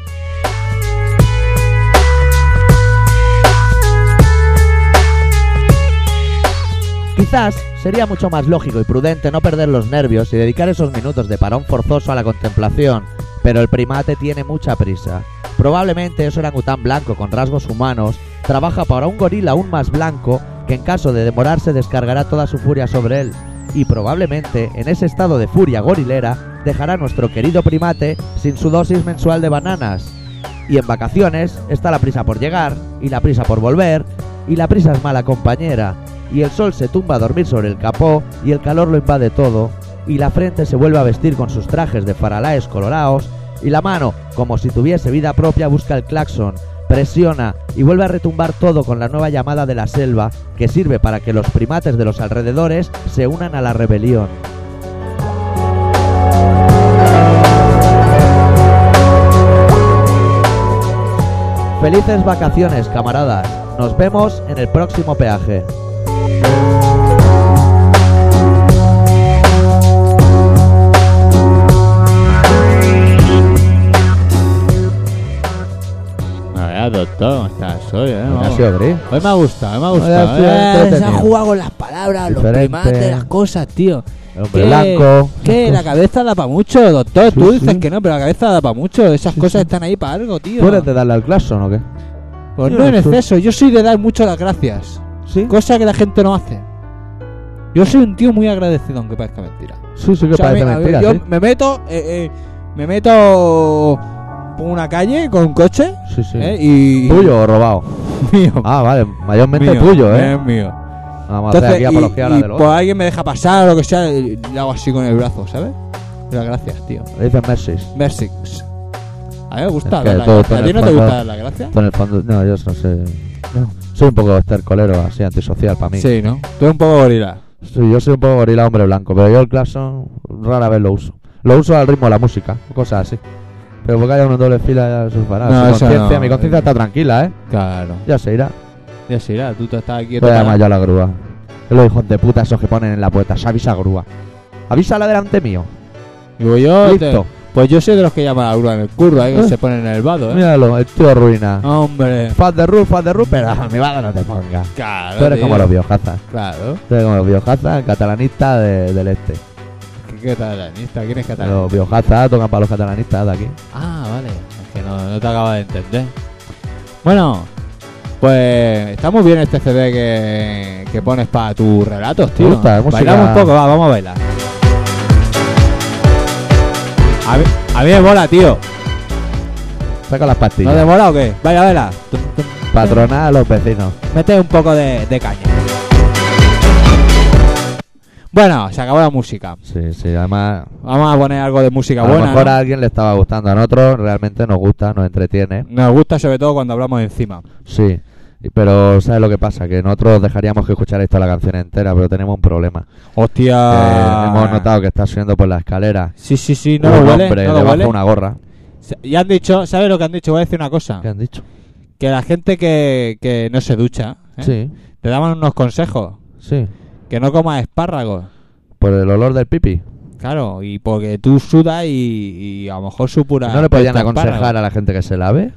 Quizás sería mucho más lógico y prudente no perder los nervios y dedicar esos minutos de parón forzoso a la contemplación, pero el primate tiene mucha prisa. Probablemente ese orangután blanco con rasgos humanos trabaja para un gorila aún más blanco que en caso de demorarse descargará toda su furia sobre él. Y probablemente en ese estado de furia gorilera dejará a nuestro querido primate sin su dosis mensual de bananas. Y en vacaciones está la prisa por llegar, y la prisa por volver, y la prisa es mala compañera, y el sol se tumba a dormir sobre el capó, y el calor lo invade todo, y la frente se vuelve a vestir con sus trajes de faralaes colorados, y la mano, como si tuviese vida propia, busca el claxon, presiona y vuelve a retumbar todo con la nueva llamada de la selva, que sirve para que los primates de los alrededores se unan a la rebelión. Felices vacaciones, camaradas. Nos vemos en el próximo peaje. A ver, doctor, ¿cómo estás hoy, eh? Ha Vamos. sido gris. Hoy me ha gustado, hoy me ha Hoy ha sido gustado. eh. Se ha entretenido. jugado con las palabras, los Diferente. primates, las cosas, tío. El hombre ¿Qué? blanco. ¿Qué? La cabeza da para mucho, doctor. Sí, Tú dices sí. que no, pero la cabeza da para mucho. Esas cosas están ahí para algo, tío. ¿Puedes de darle al claxon o qué? Pues no en Eso. exceso. Yo soy de dar mucho las gracias. Sí. Cosa que la gente no hace. Yo soy un tío muy agradecido, aunque parezca mentira. Sí, sí que O sea, parece a mí- a mí- mentira, yo sí. me meto, eh, eh, me meto por una calle con un coche Sí, sí. eh, y ¿Tuyo o robado? [laughs] mío, Ah, vale. Mayormente mío, tuyo, ¿eh? es mío. Vamos a hacer aquí y- apología a la y del por otro. alguien me deja pasar o lo que sea, y le hago así con el brazo, ¿sabes? Pero gracias, tío. Le dicen Messi. Merci. A mí me gusta. Es que dar la todo gracia. ¿A tiene ti no te razón. gusta dar la gracia? Con el fondo... No, yo no sé... No. Soy un poco estercolero, así, antisocial para mí. Sí, ¿no? Tú eres un poco gorila. Sí, yo soy un poco gorila hombre blanco, pero yo el claxon rara vez lo uso. Lo uso al ritmo de la música, cosas así. Pero porque haya una doble fila ya sus paradas. No, Su eso conciencia- no. Mi conciencia está tranquila, ¿eh? Claro. Ya se irá. Ya se irá, tú te estás aquí. Voy a llamar yo a la grúa. Los hijos de puta esos que ponen en la puerta. Se avisa grúa. Avísala delante mío. Digo yo, te- Listo. Pues yo soy de los que llaman a grúa en el curro, ahí que Eh. se ponen en el vado, ¿eh? Míralo, el tío ruina. Hombre. Faz de roof, faz de roof, pero [laughs] mi vaga no te ponga. Claro. Tú eres tío. como los biojazas. Claro. Tú eres como los biojazas, catalanista de- del este. ¿Qué catalanista? ¿Quién es catalanista? Los biojazas tocan para los catalanistas de aquí. Ah, vale. Es que no, no te acaba de entender. Bueno, pues está muy bien este CD que, que pones para tus relatos, tío. gusta, es música- Bailamos un poco, va, vamos a bailar. A mí, a mí me mola, tío. Saca las ¿No te pastillas. mola o qué? Baila, baila. Tum, tum. Patrona a los vecinos. Mete un poco de, de caña. Bueno, se acabó la música. Sí, sí, además. Vamos a poner algo de música a buena. lo mejor ¿no? a alguien le estaba gustando, a nosotros realmente nos gusta, nos entretiene. Nos gusta sobre todo cuando hablamos encima. Sí. Y- Pero, ¿sabes lo que pasa? Que nosotros dejaríamos que escucharais toda la canción entera, pero tenemos un problema. Que Hostia. Eh, hemos notado que está subiendo por la escalera Ah. Sí, sí, sí, no un lo huele, hombre no lo debajo huele. de una gorra. Se- Ya han dicho, ¿sabes lo que han dicho? Voy a decir una cosa. ¿Qué han dicho? Que la gente que, que no se ducha, ¿eh? Sí, te daban unos consejos. sí. Que no comas espárragos. Por el olor del pipi. Claro, y porque tú sudas y, y a lo mejor supura. ¿No le podían estos espárragos. aconsejar a la gente que se lave?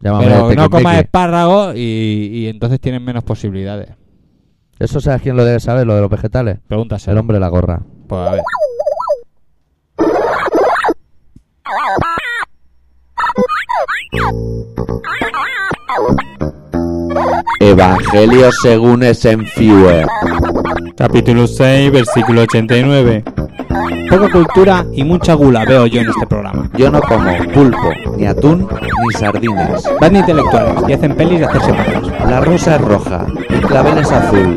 Llámame al Pero no tiquismiqui. comas espárragos y, y entonces tienes menos posibilidades. Eso sabes quién lo debe saber, lo de los vegetales. El Pregúntaselo. hombre de la gorra. Pues a ver. Evangelio según es en Capítulo 6, versículo 89. Poca cultura y mucha gula veo yo en este programa. Yo no como pulpo, ni atún, ni sardinas. Van intelectuales y hacen pelis de hacerse La rosa es roja, el clavel es azul.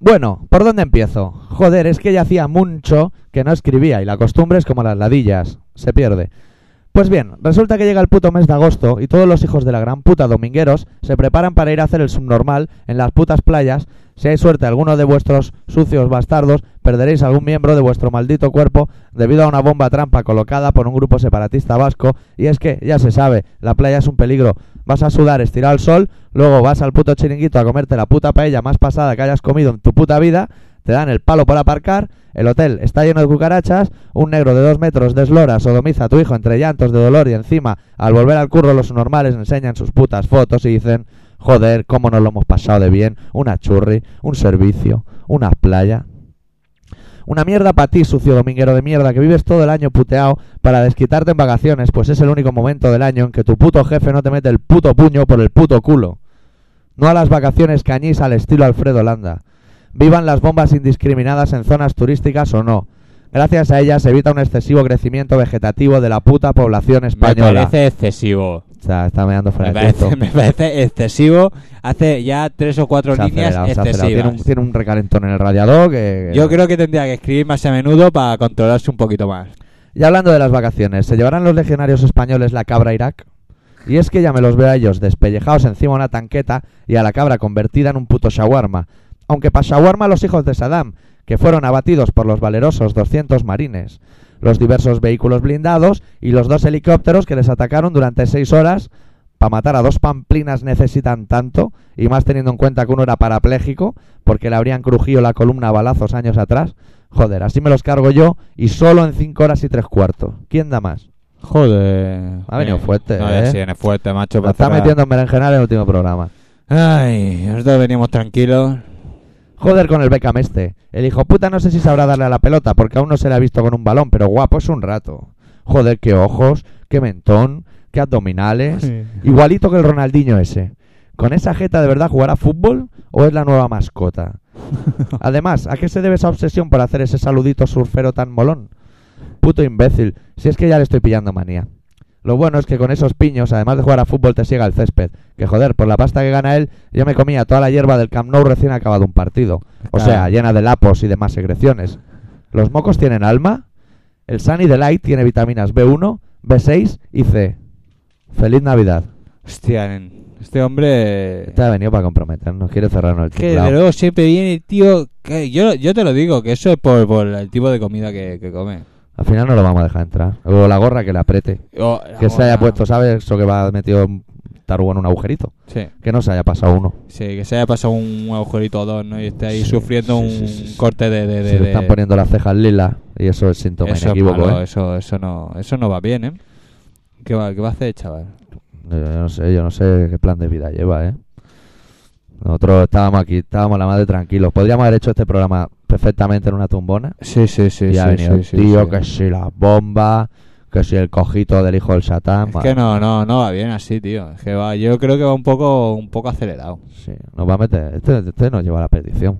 Bueno, ¿por dónde empiezo? Joder, es que ya hacía mucho que no escribía y la costumbre es como las ladillas, se pierde. Pues bien, resulta que llega el puto mes de agosto y todos los hijos de la gran puta domingueros se preparan para ir a hacer el subnormal en las putas playas. Si hay suerte, alguno de vuestros sucios bastardos perderéis algún miembro de vuestro maldito cuerpo debido a una bomba trampa colocada por un grupo separatista vasco. Y es que, ya se sabe, la playa es un peligro. Vas a sudar estirado al sol, luego vas al puto chiringuito a comerte la puta paella más pasada que hayas comido en tu puta vida, te dan el palo por aparcar, el hotel está lleno de cucarachas, un negro de dos metros deslora, sodomiza a tu hijo entre llantos de dolor y encima, al volver al curro, los normales enseñan sus putas fotos y dicen, joder, cómo nos lo hemos pasado de bien, una churri, un servicio, una playa. Una mierda para ti, sucio dominguero de mierda, que vives todo el año puteado para desquitarte en vacaciones, pues es el único momento del año en que tu puto jefe no te mete el puto puño por el puto culo. No a las vacaciones cañís al estilo Alfredo Landa. Vivan las bombas indiscriminadas en zonas turísticas o no. Gracias a ellas se evita un excesivo crecimiento vegetativo de la puta población española. excesivo. O sea, está meando fuera Me de Cristo. parece, me parece excesivo. Hace ya tres o cuatro Se ha líneas acelerado, se ha acelerado. Tiene un, excesivas. tiene un recalentón en el radiador que... Yo creo que tendría que escribir más a menudo para controlarse un poquito más. Y hablando de las vacaciones, ¿se llevarán los legionarios españoles la cabra a Irak? Y es que ya me los veo a ellos despellejados encima de una tanqueta y a la cabra convertida en un puto shawarma. Aunque para shawarma los hijos de Saddam, que fueron abatidos por los valerosos 200 marines, los diversos vehículos blindados y los dos helicópteros que les atacaron durante seis horas, para matar a dos pamplinas necesitan tanto, y más teniendo en cuenta que uno era parapléjico, porque le habrían crujido la columna a balazos años atrás. Joder, así me los cargo yo y solo en 5 horas y 3 cuartos. ¿Quién da más? Joder. Ha venido fuerte, no, eh. sí, viene fuerte, macho. Me para está cerrar. metiendo en berenjenal en el último programa. Ay, nosotros veníamos tranquilos. Joder con el Beckham este. El hijo puta no sé si sabrá darle a la pelota porque aún no se le ha visto con un balón, pero guapo es un rato. Joder, qué ojos, qué mentón, qué abdominales. Igualito que el Ronaldinho ese. ¿Con esa jeta de verdad jugará fútbol o es la nueva mascota? Además, ¿a qué se debe esa obsesión por hacer ese saludito surfero tan molón? Puto imbécil, si es que ya le estoy pillando manía. Lo bueno es que con esos piños, además de jugar a fútbol, te ciega el césped. Que joder, por la pasta que gana él, yo me comía toda la hierba del Camp Nou recién acabado un partido. O Claro. sea, llena de lapos y demás secreciones. ¿Los mocos tienen alma? ¿El Sunny Delight tiene vitaminas B1, B6 y C. Feliz Navidad. Hostia, nen, este hombre... Este ha venido para comprometernos, quiere cerrarnos el Que tinglao. de luego siempre viene, tío... que yo, yo te lo digo, que eso es por, por el tipo de comida que, que come. Al final no lo vamos a dejar entrar. O la gorra que le apriete. Oh, Que se ahora- haya puesto, ¿sabes? Eso que va metido un tarugo en un agujerito. Sí, Que no se haya pasado uno. sí, que se haya pasado un agujerito o dos, ¿no? Y esté ahí Sí, sufriendo sí, un sí, sí, sí. corte de... Eh, de, de- se le de- están poniendo las cejas lilas y eso es síntoma eso, es inequívoco, malo, ¿eh? eso, eso, no, eso no va bien, ¿eh? ¿Qué va, qué va a hacer, chaval? Yo, yo no sé, yo no sé qué plan de vida lleva, ¿eh? Nosotros estábamos aquí, estábamos a la madre tranquilos. Podríamos haber hecho este programa perfectamente en una tumbona. Sí, sí, sí. y ha sí, venido sí, el sí, tío, sí. que si las bombas, que si el cojito del hijo del satán. Es madre que no, no, no va bien así, tío. Es que va, yo creo que va un poco, un poco acelerado. Sí, nos va a meter. Este, este nos lleva a la perdición.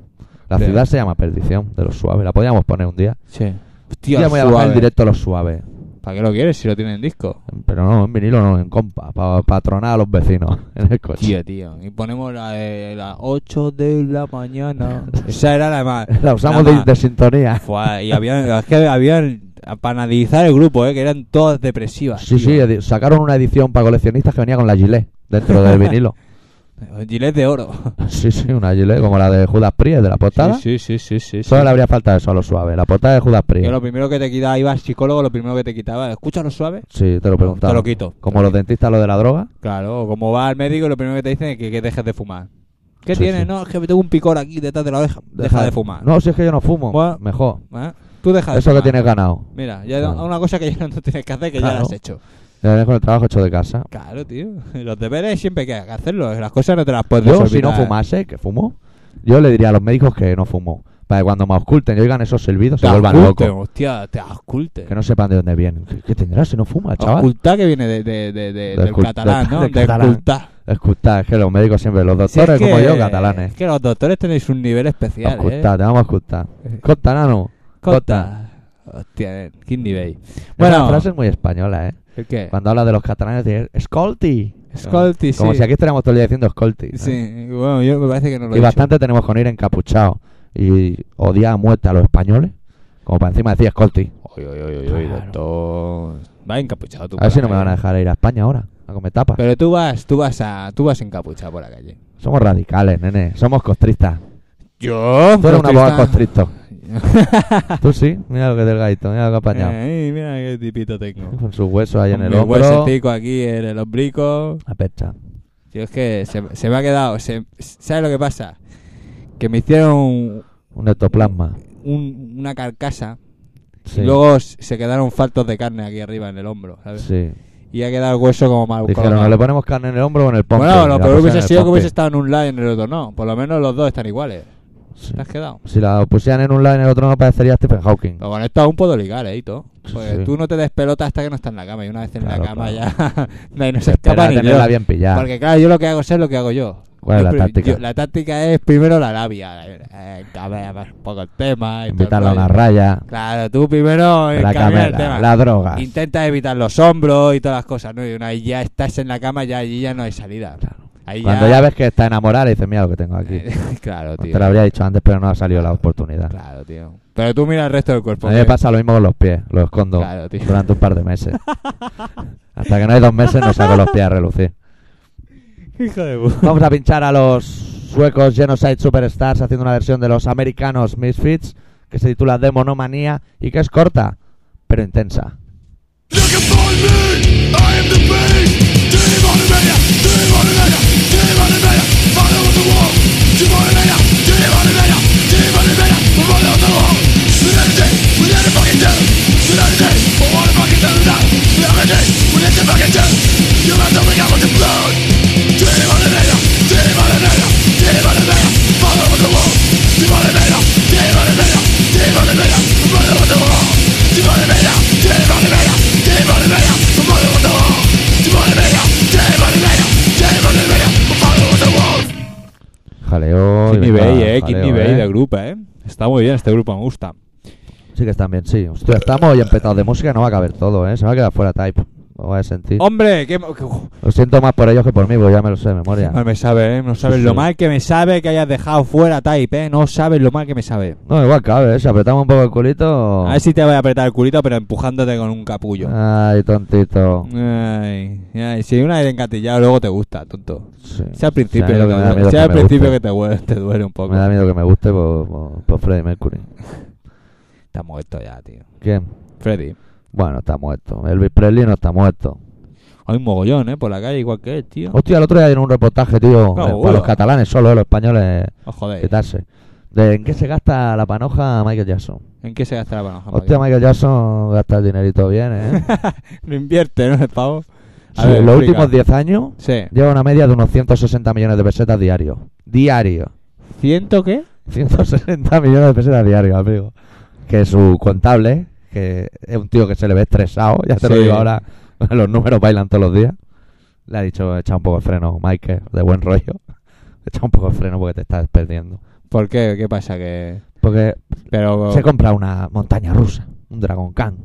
La Sí. ciudad se llama Perdición, de los suaves. La podíamos poner un día. Sí. Ya Hostia, me voy a bajar suave. el directo a los suaves. ¿Para qué lo quieres si lo tiene en disco? Pero no, en vinilo no, en compa. Para patronar a los vecinos [laughs] en el coche. Tío, tío. Y ponemos la de las 8 de la [laughs] mañana. Esa era la más. La usamos de, más. [laughs] de sintonía. Fua, y había, es que habían. Para analizar el grupo, eh, que eran todas depresivas. Sí, sí, edi- sacaron una edición para coleccionistas que venía con la gilet dentro [laughs] del vinilo. sí. Gilet de oro. Sí, sí, una gilet como la de Judas Priest de la portada. Sí, sí, sí, sí. sí, Solo sí. le habría faltado eso a los suaves, la portada de Judas Que Priest. lo primero que te quitaba, iba al psicólogo, lo primero que te quitaba, escúchalo suave. Sí, te lo preguntaba. Te lo quito. Como los dentistas lo de la droga. Claro, o como va al médico y lo primero que te dicen es que, que dejes de fumar. ¿Qué Sí, tienes? sí. No, es que tengo un picor aquí detrás de la oreja. Deja, de fumar. No, si es que yo no fumo. Bueno, Mejor. ¿Eh? Tú dejas de Eso que fumar. tienes ganado. Mira, ya Claro. una cosa que ya [laughs] no tienes que hacer, que ya Claro. la has hecho. Ya ves con el trabajo hecho de casa. Claro, tío. Los deberes siempre hay que hacerlos. Las cosas no te las puedes Yo, desorbitar. si no fumase, que fumo, yo le diría a los médicos que no fumo. Para que cuando me ausculten y oigan esos silbidos, te se vuelvan oculten, locos. hostia, te ausculten. Que no sepan de dónde vienen. ¿Qué, qué tendrá si no fuma, Ah, chaval? Ocultar que viene de, de- de- de- del escul- catalán, de- ¿no? del de catalán. ocultar. Escuchar, es que los médicos siempre, los Si es doctores como que- yo, catalanes. Es que los doctores tenéis un nivel especial, ¿eh? Auscultar, te vamos a auscultar. Eh. Costa, nano. Cota. Hostia, eh, qué nivel. Bueno, Bueno, una frase muy española, ¿eh? ¿el ¿qué? Cuando habla de los catalanes, dice Escolti. Escolti, Como sí. si aquí estuviéramos todo el día diciendo Escolti. ¿no? Sí, bueno, yo me parece que no lo Y he bastante tenemos con ir encapuchados y odiar a muerte a los españoles. Como para encima decir Escolti. dicho. Oye, oye, oye, oye, Va encapuchado tú. A ver por si la no me van calle. a dejar ir a España ahora, a comer tapas. Pero tú vas, tú vas a, tú vas encapuchado por la calle. Somos radicales, nene. Somos costristas. Yo. Tú eres un abogado constricto. [laughs] Tú sí. Mira lo que delgadito, mira lo que apañado. Ay, mira qué tipito tengo. Con sus huesos ahí en Eh. Con el mi hombro. huesecico aquí en el ombligo. La pecha. Tío, es que se, se me ha quedado. se- ¿Sabes lo que pasa? Que me hicieron Un ectoplasma. un- una carcasa Sí. Y luego s- se quedaron faltos de carne aquí arriba en el hombro, ¿sabes? Sí. Y ha quedado el hueso como mal. Dijeron, colocado. ¿no le ponemos carne en el hombro o en el pompe? bueno, lo La peor pusieron en hubiese el sido que pompe. hubiese estado en un lado y en el otro no. Por lo menos los dos están iguales. Sí. ¿Te has quedado? Si la pusieran en un lado y en el otro no parecería Stephen Hawking. Lo conecto aún puedo ligar, eh, y todo. Sí, Porque sí. tú no te des pelota hasta que no estás en la cama. Y una vez en Claro, la cama claro. ya [laughs] de ahí no se Espera escapa a ni tenerla Dios. bien pillada. Porque claro, yo lo que hago es lo que hago yo. ¿Cuál es Yo la pri- táctica? yo- La táctica es primero la labia. Eh, cabrea un poco el tema. y todo el Invitarla a una rollo. raya. Claro, tú primero La encaminas el cámara, tema. la droga. Intenta evitar los hombros y todas las cosas, ¿no? Y una vez ya estás en la cama, ya allí ya no hay salida. Claro. Ahí Cuando ya ves que está enamorada, le dices, mira lo que tengo aquí. [laughs] Pues claro, tío. Te lo habría dicho antes, pero no ha salido la oportunidad. Claro, tío. Pero tú mira el resto del cuerpo. A mí me que- pasa lo mismo con los pies, los escondo Claro, tío. durante un par de [laughs] meses. Hasta que no hay dos meses no saco los pies a relucir. [laughs] Hijo de puta. Vamos a pinchar a los suecos Genocide Superstars haciendo una versión de los americanos Misfits que se titula Demonomanía y que es corta, pero intensa. Look upon me, I am the beast. Demonomania, demonomania, demonomania. Father of the war. Demonomania, demonomania, demonomania. Father of the war. Serenity, we let it fucking do. Serenity, we wanna fucking do now. Serenity, we let it fucking do. You have to wake up with the blood. Demonomania, demonomania, demonomania. Father of the war. Demonomania, demonomania, demonomania. Father of the war. Demonomania, demonomania. Jaleo. Kidney y venga, Bay, eh. Kidney jaleo, Bay eh. de grupo, eh. Está muy bien este grupo, me gusta. Sí que están bien, sí. Hostia, estamos hoy empetados de música, no va a caber todo, eh. Se va a quedar fuera Type. Me voy a sentir. Hombre, que, que- Lo siento más por ellos que por mí, porque ya me lo sé de memoria. mal me sabe, ¿eh? No sabes Sí, lo sí. mal que me sabe que hayas dejado fuera Type, ¿eh? No sabes lo mal que me sabe. No, igual cabe, ¿eh? Si apretamos un poco el culito. A ver si te voy a apretar el culito, pero empujándote con un capullo. Ay, tontito. Ay, ay, si una vez engatillado, luego te gusta, tonto. Sí. Si al principio, Sí, a mí lo que que me te da duele- miedo si es al que me principio guste. que te duele, te duele un poco. Me da miedo que me guste por, por, por Freddie Mercury. Está muerto ya, tío. ¿Quién? Freddy. Bueno, está muerto. Elvis Presley no está muerto. Hay un mogollón, ¿eh? Por la calle, igual que él, tío. Hostia, el otro día dieron un reportaje, tío, Cago eh, huevo. para los catalanes solo, eh, los españoles Oh, joder. quitarse. De en qué se gasta la panoja Michael Jackson. ¿En qué se gasta la panoja? Hostia, Michael Jackson gasta el dinerito bien, [laughs] ¿eh? Lo invierte, ¿no? El pavo. A Sí, ver, los explica. últimos 10 años Sí. lleva una media de unos 160 millones de pesetas diarios. Diario. ¿Ciento qué? 160 millones de pesetas diarios, amigo. Que su contable, que es un tío que se le ve estresado, ya te lo Sí. digo ahora, [laughs] los números bailan todos los días. Le ha dicho, echa un poco de freno, Michael, de buen rollo. [laughs] Echa un poco de freno porque te estás perdiendo. ¿Por qué? ¿Qué pasa? Que... Porque Pero... se compra una montaña rusa, un Dragon Khan,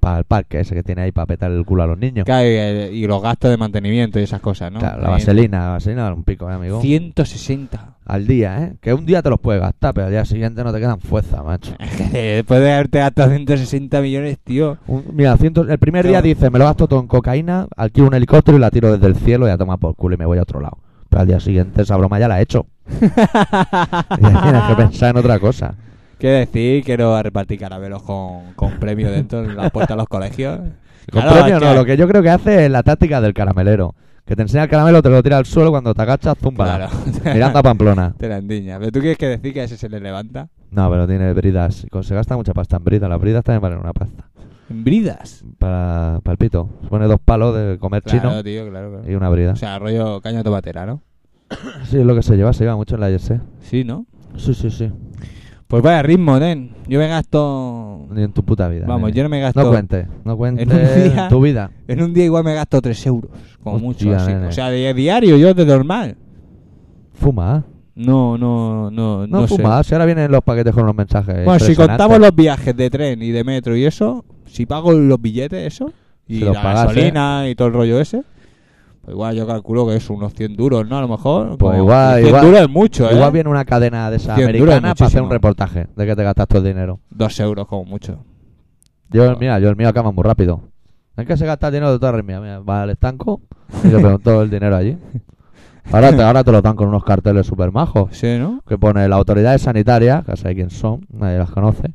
para el parque ese que tiene ahí para petar el culo a los niños. Claro, eh, y- y los gastos de mantenimiento y esas cosas, ¿no? Eh, Claro, la Ahí- vaselina, la vaselina vale un pico, ¿eh, amigo. 160. [laughs] Al día, ¿eh? Que un día te los puedes gastar, pero al día siguiente no te quedan fuerza, [laughs] macho. Después de haberte gastado 160 millones, tío. Un- mira, ciento- el primer día Claro. dice, me lo gasto todo en cocaína, alquilo un helicóptero y la tiro desde el cielo y a tomar por culo y me voy a otro lado. Pero al día siguiente esa broma ya la he [laughs] hecho. Ya tienes que pensar en otra cosa. [laughs] ¿Qué decir? Quiero repartir caramelos con, con premio dentro en la puerta de los colegios. Con Claro, premio es no, que- lo que yo creo que hace es la táctica del caramelero. Que te enseña el caramelo, te lo tira al suelo, cuando te agachas, zumba. [laughs] Claro. Mirando a [laughs] Pamplona. Te la endiña. ¿Pero tú quieres que decir que a ese se le levanta? No, pero tiene bridas. y con- Se gasta mucha pasta en bridas. Las bridas también valen una pasta. En bridas. Para, para el pito. Se pone dos palos de comer Claro, chino tío, claro, claro. y una brida. O sea, rollo caña tomatera, ¿no? Sí, es lo que se lleva. Se lleva mucho en la YS. Sí, ¿no? Sí, sí, sí. Pues vaya ritmo, nen. Yo me gasto... Ni en tu puta vida. Vamos, nene. yo no me gasto... No cuentes, no cuentes En un día- tu vida. En un día igual me gasto 3 euros, como Hostia, mucho. Así. nene. O sea, de diario, yo de normal. Fuma, No, no, no, no, no, sé. fuma. Si ahora vienen los paquetes con los mensajes. Bueno, si impresionantes. contamos los viajes de tren y de metro y eso, si pago los billetes, eso, y Si la los pagas, ¿eh? gasolina y todo el rollo ese, pues igual yo calculo que es unos 100 duros, ¿no? A lo mejor. Pues como- igual- 100 igual- duros es mucho, ¿eh? Igual viene una cadena de esa Cien duros, americana para hacer muchísimo. un reportaje de que te gastas todo el dinero. Dos euros como mucho. Yo, Claro. mira, yo el mío acaba muy rápido. Es que se gasta el dinero de toda mía. Mira, va al estanco y le pregunto el dinero allí. Ahora te, ahora te lo dan con unos carteles super majos. Sí, ¿no? que pone las autoridades sanitarias, que sabe quién son, nadie las conoce,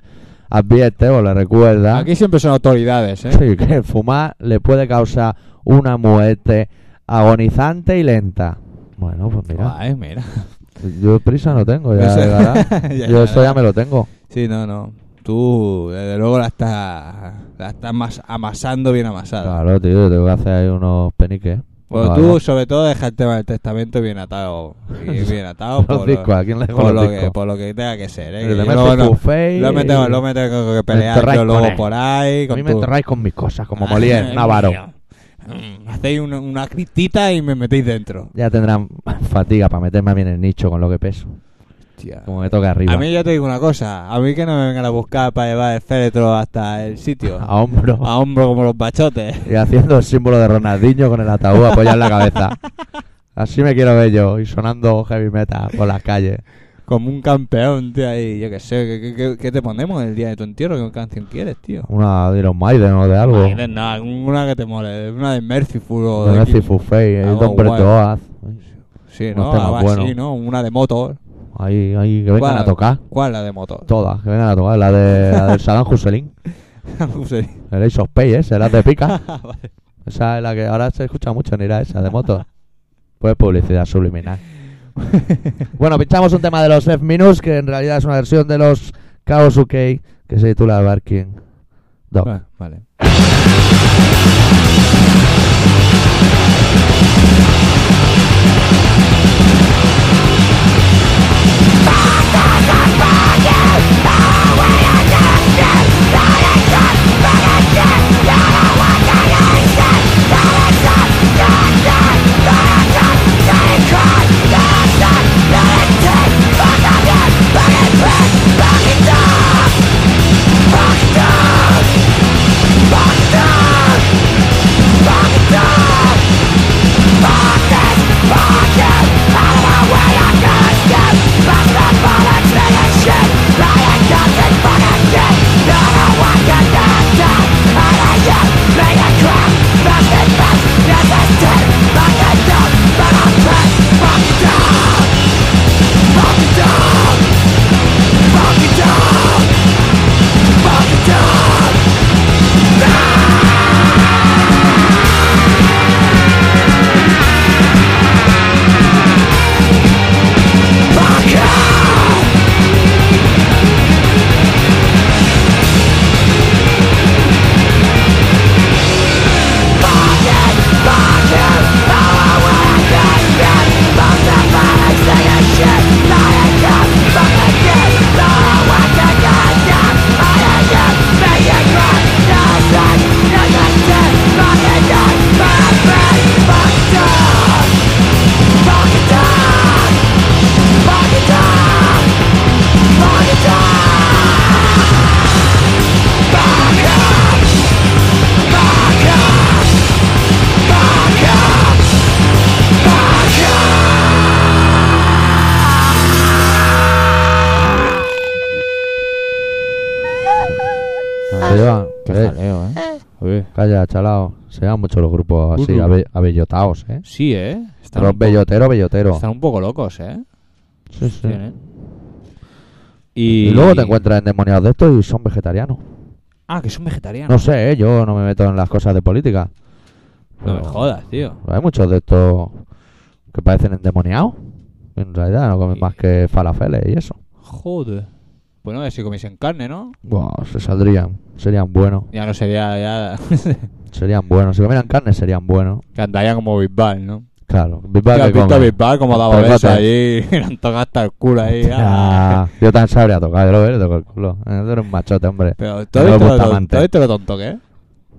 advierte o le recuerda Aquí siempre son autoridades, ¿eh? Ah. sí, que el fumar le puede causar una muerte agonizante y lenta. Bueno, pues mira, Ay, mira. yo prisa no [laughs] tengo, ya Eso- llegará. Ya yo eso llegará. ya me lo tengo. Sí, no, no. Tú, desde luego, la estás la estás mas- amasando bien amasada. Claro, tío, yo tengo que hacer ahí unos peniques. Bueno, Claro. Pues tú, sobre todo, deja el tema del testamento bien atado. y Bien atado [laughs] Los por, lo- discos, ¿a quién le dejo por los lo que, discos? por lo que tenga que ser, ¿eh? Que te Y metes luego no- tu face lo me tengo, y- lo me tengo que Me pelear enterráis yo con luego él. por ahí. A Con mí me tu- enterráis con mis cosas, como Ah, Molière, Dios Navarro. mío. Mm, Hacéis una, una cristita y me metéis dentro. Ya tendrán [laughs] fatiga para meterme a mí en el nicho con lo que peso. Como me toca arriba. A mí ya te digo una cosa, a mí que no me vengan a buscar para llevar el féretro hasta el sitio. [laughs] A hombro. A hombro como los bachotes. [laughs] Y haciendo el símbolo de Ronaldinho con el ataúd apoyado en la [laughs] cabeza. Así me quiero ver yo, y sonando heavy metal por las calles. Como un campeón, tío, ahí, yo qué sé, ¿qué, qué- qué- qué te ponemos el día de tu entierro? ¿Qué canción quieres, tío? Una de Iron Maiden o de algo. Ay, no, una que te mole, una de Ah, Mercyful o de Nancy King- Fufey, eh, Algo Don Berto guay. Oaz. Sí, unos ¿no? temas Algo así, buenos. ¿no? Una de motor. Ahí, ahí, que vengan ¿Cuál? a tocar. ¿Cuál la de motor? [laughs] Todas, que vengan a tocar. La, de, la del Sagan Husselin. Sí. El Ace of Pay, ese, la de [laughs] pica. Ah, Vale. Esa es la que ahora se escucha mucho en Ira, esa de moto. Pues publicidad subliminal. [laughs] bueno, pinchamos un tema de los F-Minus, que en realidad es una versión de los Chaos UK, que se titula Barking Dog. Va- vale. Fuck ah. ¿eh? Joder. eh, Calla, chalao. Se dan mucho los grupos así, Ujú. abe- abellotados, ¿eh? Sí, ¿eh? Uh, Están Los un po- bellotero, bellotero. Están un poco locos, ¿eh? Sí, sí. Tienen. Y... Y... luego te encuentras endemoniados de estos y son vegetarianos. Ah, que son vegetarianos. No sé, ¿eh? yo no me meto en las cosas de política. No, me Pero jodas, tío. Hay muchos de estos que parecen endemoniados. En realidad no comen Y- más que falafeles y eso. Joder. Bueno, a ver si comiesen carne, ¿no? Buah, se saldrían. Serían buenos. Ya no sería... Ya... [laughs] Serían buenos. Si comieran carne, serían buenos. Cantarían como Bisbal, ¿no? Claro. Big Bang ¿Te has que visto a come. [laughs] Bisbal como daba Pegote. besos allí? [laughs] Le han tocado hasta el culo ahí. ah. Ah, yo tan sabría tocar, yo lo veo, le toco el culo. Eh, Tú eres un machote, hombre. Pero ¿tú has Me visto gusta lo ton- Mante. ¿tú has visto lo tonto que es?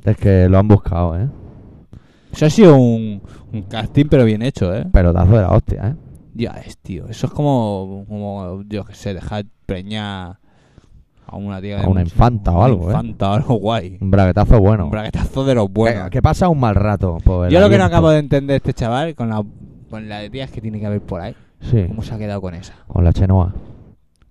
Es que lo han buscado, ¿eh? Eso ha sido un, un casting, pero bien hecho, ¿eh? Pelotazo de la hostia, ¿eh? Ya es, tío. Eso es como, como yo qué sé, dejar preñar a una tía. de A una mucho- infanta o una algo, ¿eh? infanta o algo guay. Un braguetazo bueno. Un braguetazo de los buenos. Que, que pasa un mal rato. por el yo lo que aliento. no acabo de entender este chaval con la, con la de tías que tiene que haber por ahí. Sí, ¿Eh? ¿Cómo se ha quedado con esa? con la chenoa.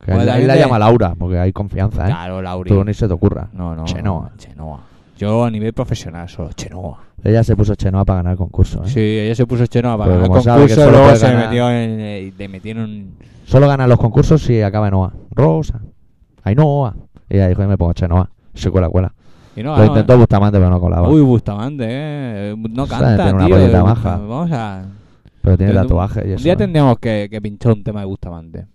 Que Bueno, él, él también la te- llama Laura, porque hay confianza, ¿eh? Claro, Lauri. Tú ni se te ocurra. No, no. Chenoa. ¿Eh? Chenoa. Yo a nivel profesional solo, Chenoa. Ella se puso Chenoa para ganar el concurso, ¿eh? Sí, ella se puso Chenoa para Pero ganar el como sabe que concurso, solo luego puede se ganar- metió en, eh, le metieron Solo ganan los concursos si acaba en Oa. Rosa. Ainhoa. Y ella dijo, yo me pongo Chenoa. Se cuela, cuela. Y Ah, no, lo ganó, intentó Bustamante, pero no colaba. Uy, Bustamante, eh. No Esa canta, tiene una tío. pollita Eh, baja. Vamos a... pero tiene Pero tú- tatuaje y Un eso. día ¿eh? tendríamos que, que pinchar un tema de Bustamante.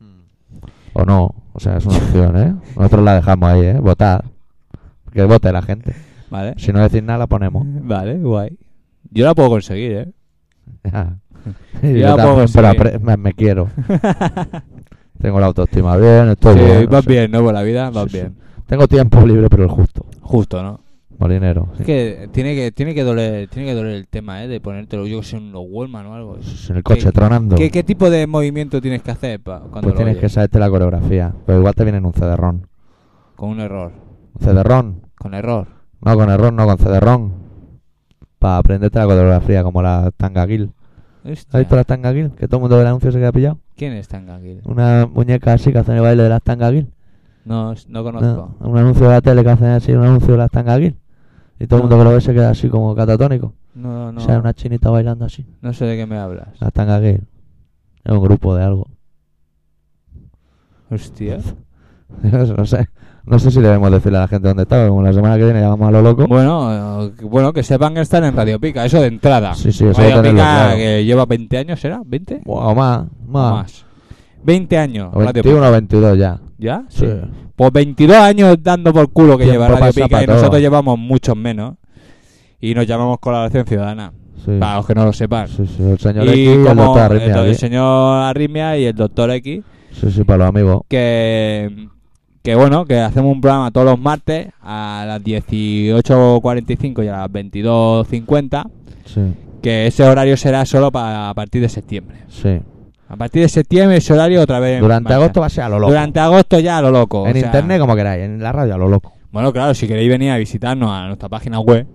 O no. O sea, es una opción, ¿eh? Nosotros la dejamos ahí, ¿eh? Votar. Que vote la gente. ¿Vale? [laughs] Si no decís nada, la ponemos. Mm. [laughs] Vale, guay. Yo la puedo conseguir, ¿eh? [laughs] Y Ya yo también, podemos pero seguir. apre- me, me [laughs] quiero. Tengo la autoestima bien, estoy sí, bien, no vas sé. bien, ¿no? Por la vida, vas Pues Sí, sí. bien. Tengo tiempo libre, pero el justo. Justo, ¿no? Molinero. sí. Es que tiene que tiene que doler tiene que doler el tema, ¿eh? De ponértelo, yo que sé, un Wallman o algo. Pues En el coche ¿Qué- tronando. ¿Qué, ¿Qué tipo de movimiento tienes que hacer pa- cuando pues lo tienes que oyes? saberte la coreografía. Pero igual te vienen un cederrón. Con un error. ¿Un cederrón? Con error. No, con error, no, con cederrón. Para aprenderte la coreografía, como la tanga guil. ¿Has Hostia, visto la tanga guil? Que todo el mundo del anuncio se queda pillado. ¿Quién es Tangaquil? Una muñeca así que hace el baile de las tanga guil. No, no conozco. No, un anuncio de la tele que hacen así, un anuncio de las tangas Gil. Y todo el No. mundo que lo ve se queda así como catatónico. No, no, O sea, una Ah. chinita bailando así. no sé de qué me hablas. Las tangas Gil. Es un grupo de algo. [laughs] Hostia. no sé. No sé si debemos decirle a la gente dónde está, porque como la semana que viene llamamos a lo loco. Bueno, eh, bueno, que sepan que están en Radio Pica, eso de entrada. Sí, sí, eso hay que Radio Pica tenerlo claro. que lleva 20 años, ¿será? ¿20? Buah, o más, más. Más. pues. 20 años. O Radio 21 o 22 ya. Pica. ¿Ya? Sí. Pues 22 años dando por culo que Tiempo lleva Radio pasa Pica pa' y nosotros todo. llevamos muchos menos. Y nos llamamos Colaboración Ciudadana, Sí. para los que no lo sepan. Sí, sí, el señor X y Y el como doctor el, Arritmia do- el aquí. señor Arritmia y el doctor X, Sí, sí, para los amigos. que, que bueno, que hacemos un programa todos los martes a las 18.45 y a las 22.50, Sí, que ese horario será solo para a partir de septiembre. sí. A partir de septiembre ese horario otra vez... en Durante marcha. agosto va a ser a lo loco. Durante agosto ya a lo loco. en o sea, internet como queráis, en la radio a lo loco. Bueno, claro, si queréis venir a visitarnos a nuestra página web,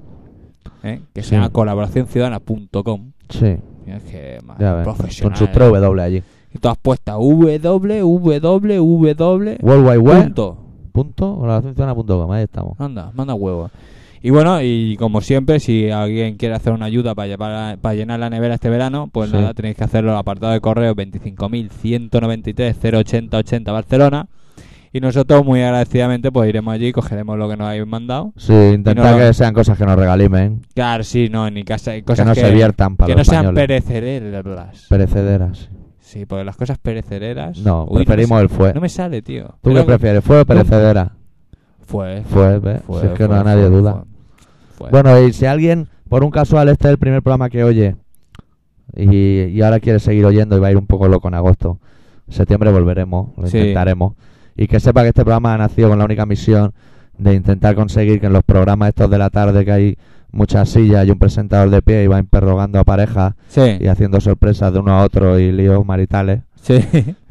¿eh? que Sí. se llama colaboracionciudadana.com. Sí, Mira, es ¿eh? que más ya ves. Con profesional. Eh, sus tres W allí. Y tú has puesto www. World Wide Web. punto. Ah. punto colaboracionciudadana.com, ahí estamos. Anda, manda huevo. Y bueno, y como siempre, si alguien quiere hacer una ayuda para, llevar- para llenar la nevera este verano, pues Sí. nada, tenéis que hacerlo al apartado de correo 25.193.080.80 Barcelona. Y nosotros, muy agradecidamente, pues iremos allí, cogeremos lo que nos habéis mandado. Sí, intentar no- que sean cosas que nos regalimen, Claro, sí, no, en mi casa hay cosas que no se viertan para que no los sean españoles. perecederas. perecederas. Sí, porque las cosas perecederas. No, Uy, preferimos me el fue. sa- No me sale, tío. ¿Tú qué Creo que- prefieres, fue o perecedera? Fue. Fue, ¿ves? fue, si es que fue, no a nadie fue, duda. fue, fue. Bueno, y si alguien, por un casual, este es el primer programa que oye y, y ahora quiere seguir oyendo y va a ir un poco loco en agosto, en septiembre volveremos, lo Sí. intentaremos. Y que sepa que este programa ha nacido con la única misión de intentar conseguir que en los programas estos de la tarde que hay muchas sillas y un presentador de pie y va interrogando a parejas Sí, y haciendo sorpresas de uno a otro y líos maritales, sí.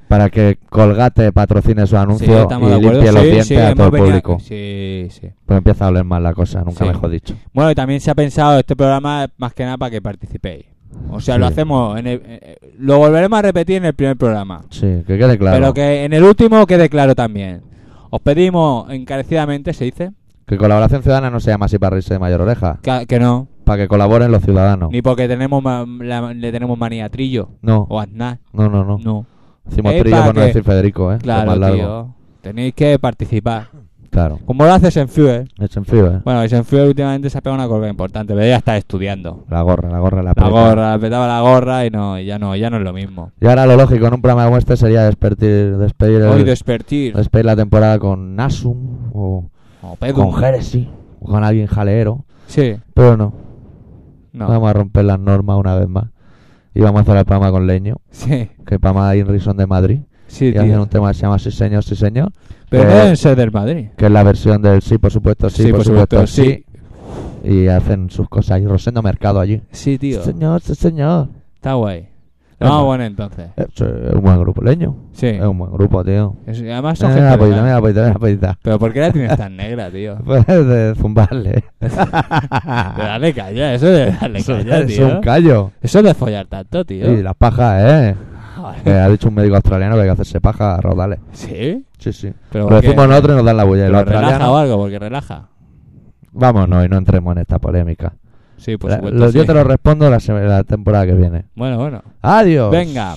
para que Colgate patrocine su Sí, anuncio estamos de y acuerdo. limpie los Sí, dientes sí, a todo hemos el venido- público. Sí, sí. Pues empieza a oler mal la cosa, nunca Sí. mejor dicho. Bueno, y también se ha pensado este programa más que nada para que participéis. O sea, lo Sí. hacemos. En el- eh, eh, lo volveremos a repetir en el primer programa. Sí, que quede claro. Pero que en el último quede claro también. Os pedimos encarecidamente, se dice, Que colaboración ciudadana no se llama así para reírse de mayor oreja. Que, que no. Para que colaboren los ciudadanos. Ni porque tenemos ma- la- le tenemos manía a Trillo No, o a Aznar. no, no, no. No. Decimos Eh, trillo pa' por no que- decir Federico, ¿eh? que es Claro, más largo. tío. Tenéis que participar. Claro. Como lo hace Senfue. Es en frío, ¿eh? Bueno, Senfue últimamente se ha pegado una corga importante, pero ya está estudiando. La gorra, la gorra, la, La pelota. gorra, petaba la gorra y no, y ya no, ya no es lo mismo. Y ahora lo lógico en un programa como este sería despertir, despedir, el- Hoy despertir. despedir la temporada con Nasum o O Pedro. con Jerez, o con alguien jaleero. Sí. Pero no, No. vamos a romper las normas una vez más. Y vamos a hacer el programa con Leño, Sí. que Pama hay son de Madrid. Sí, y hacen tío. un tema que se llama Sí señor, sí señor. Pero que- no deben ser del Madrid. que es la versión del sí, por supuesto, sí, por, supuesto, sí. Y hacen sus cosas ahí, Rosendo Mercado allí. Sí, tío. Sí, señor, sí, señor. Está guay. Venga. Vamos bueno entonces. Eh, sí, Es un buen grupo, leño. Sí. Es un buen grupo, tío. Es- Además son Mira gente la pollita, legal. mira la pollita, mira la [laughs] pollita. Pero ¿por qué la [laughs] tienes tan negra, tío? Pues de zumbarle. De darle calla, eso de Ah. darle Eso calla, es tío. un callo. Eso de follar tanto, tío. Y las pajas, ¿eh? [laughs] Joder. Que ha dicho un médico australiano que hay que hacerse paja a rodales. ¿Sí? Sí, sí. Pero Lo ¿por qué? decimos nosotros y nos dan la bulla. Y Pero los relaja o australianos... algo, porque relaja. Vámonos y no entremos en esta polémica. Sí, por La- supuesto. lo- Yo sí. te lo respondo la, se- la temporada que viene. Bueno, bueno. Adiós. Venga.